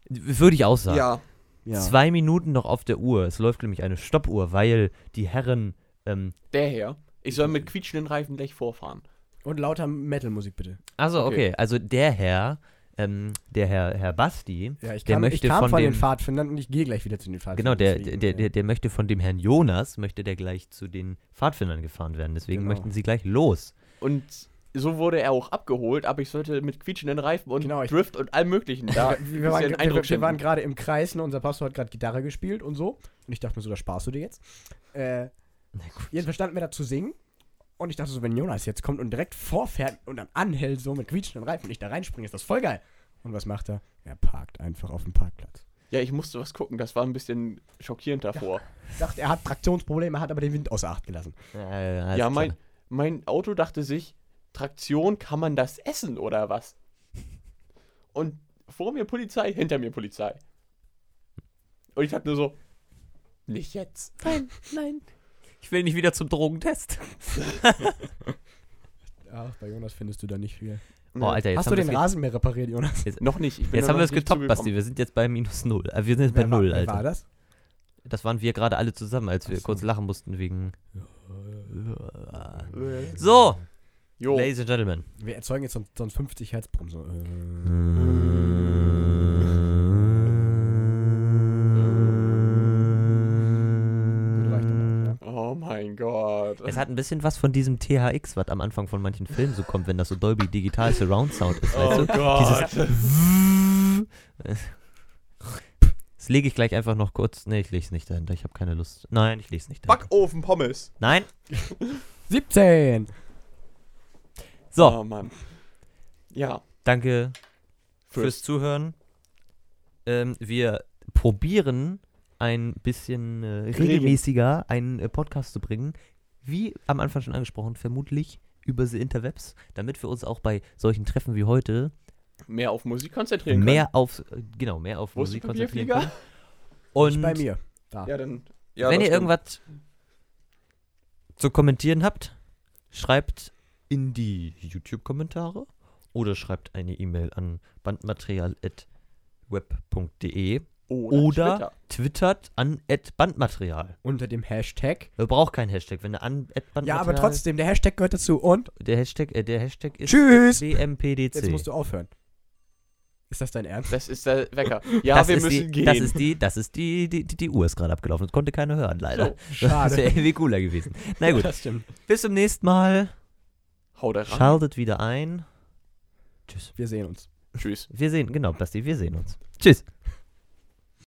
Würde ich auch sagen. Ja. Zwei Minuten noch auf der Uhr. Es läuft nämlich eine Stoppuhr, weil die Herren. Ähm, Der her. Ich soll mit quietschenden Reifen gleich vorfahren. Und lauter Metal-Musik bitte. also, okay. Okay. Also der Herr, ähm, der Herr, Herr Basti, Ja, ich Der kam, möchte ich kam von von, den dem- Pfadfindern und ich gehe gleich wieder zu den genau, Pfadfindern. der, deswegen, der, äh, der, der möchte von dem Herrn Jonas, möchte der gleich zu den Pfadfindern gefahren werden. Deswegen Genau. möchten sie gleich los. Und so wurde er auch abgeholt, aber ich sollte mit quietschenden Reifen und Genau, ich- Drift und allem Möglichen da ein wir, waren, bisschen Eindruck wir, wir waren schinden. gerade im Kreis, ne? unser Pastor hat gerade Gitarre gespielt und so. Und ich dachte mir so, da sparst du dir jetzt. Äh, Na gut. jedenfalls standen wir da zu singen. Und ich dachte so, wenn Jonas jetzt kommt und direkt vorfährt und dann anhält, so mit quietschenden Reifen und ich da reinspringe, ist das voll geil. Und was macht er? Er parkt einfach auf dem Parkplatz. Ja, ich musste was gucken, das war ein bisschen schockierend davor. Sagt, er hat Traktionsprobleme, hat aber den Wind außer Acht gelassen. Äh, Ja, alles mein, klar. mein Auto dachte sich, Traktion, kann man das essen oder was? Und vor mir Polizei, hinter mir Polizei. Und ich dachte nur so, nicht jetzt. Nein, nein. Ich will nicht wieder zum Drogentest. Ach, bei Jonas findest du da nicht viel. Boah, Alter, jetzt Hast haben du wir's den ge- Rasen mehr repariert, Jonas? Noch nicht. Ich bin Jetzt da haben wir noch es nicht getoppt, Basti. zugekommen. Wir sind jetzt bei minus null. Äh, Wir sind jetzt bei war, null, wer war Alter. das? Das waren wir gerade alle zusammen, als wir Ach so. kurz lachen mussten wegen. So, Jo, Ladies and Gentlemen. Wir erzeugen jetzt so, so einen 50 hertz brumm so. Äh, gut reicht dann auch, ja. oh mein Gott. gehört. Es hat ein bisschen was von diesem THX, was am Anfang von manchen Filmen so kommt, wenn das so Dolby Digital Surround Sound Oh ist, weißt du? Das lege ich gleich einfach noch kurz. Nee, ich lege es nicht dahinter. Ich habe keine Lust. Nein, ich lege es nicht dahinter. Backofen Pommes. Nein. 17! So, Oh Mann. Ja. danke fürs Fürs. Zuhören. Ähm, wir probieren ein bisschen äh, Regel- regelmäßiger einen äh, Podcast zu bringen. Wie am Anfang schon angesprochen, vermutlich über die Interwebs, damit wir uns auch bei solchen Treffen wie heute Mehr auf Musik konzentrieren können. mehr auf, äh, genau, mehr auf Wo ist Musik der konzentrieren Papierflieger? können. Und Nicht bei mir. Da. Ja, dann. Ja, wenn das ihr stimmt. irgendwas zu kommentieren habt, schreibt in die YouTube-Kommentare oder schreibt eine E-Mail an bandmaterial.web.de. oder- Twitter. Twittert an bandmaterial. Unter dem Hashtag. Ihr braucht keinen Hashtag, wenn ihr an bandmaterial. Ja, aber trotzdem, der Hashtag gehört dazu. Und Der Hashtag, äh, der Hashtag ist tschüss! Jetzt musst BMPDC. du aufhören. Ist das dein Ernst? Das ist der Wecker. Ja, wir ist müssen die, gehen. Das ist die, das ist die, die, die, die Uhr ist gerade abgelaufen. Das konnte keiner hören, leider. Das wäre Schade. irgendwie cooler gewesen. Na gut, Das stimmt. bis zum nächsten Mal. Hau da ran. Schaltet wieder ein. Tschüss. Wir sehen uns. Tschüss. Wir sehen, genau, Basti, wir sehen uns. Tschüss.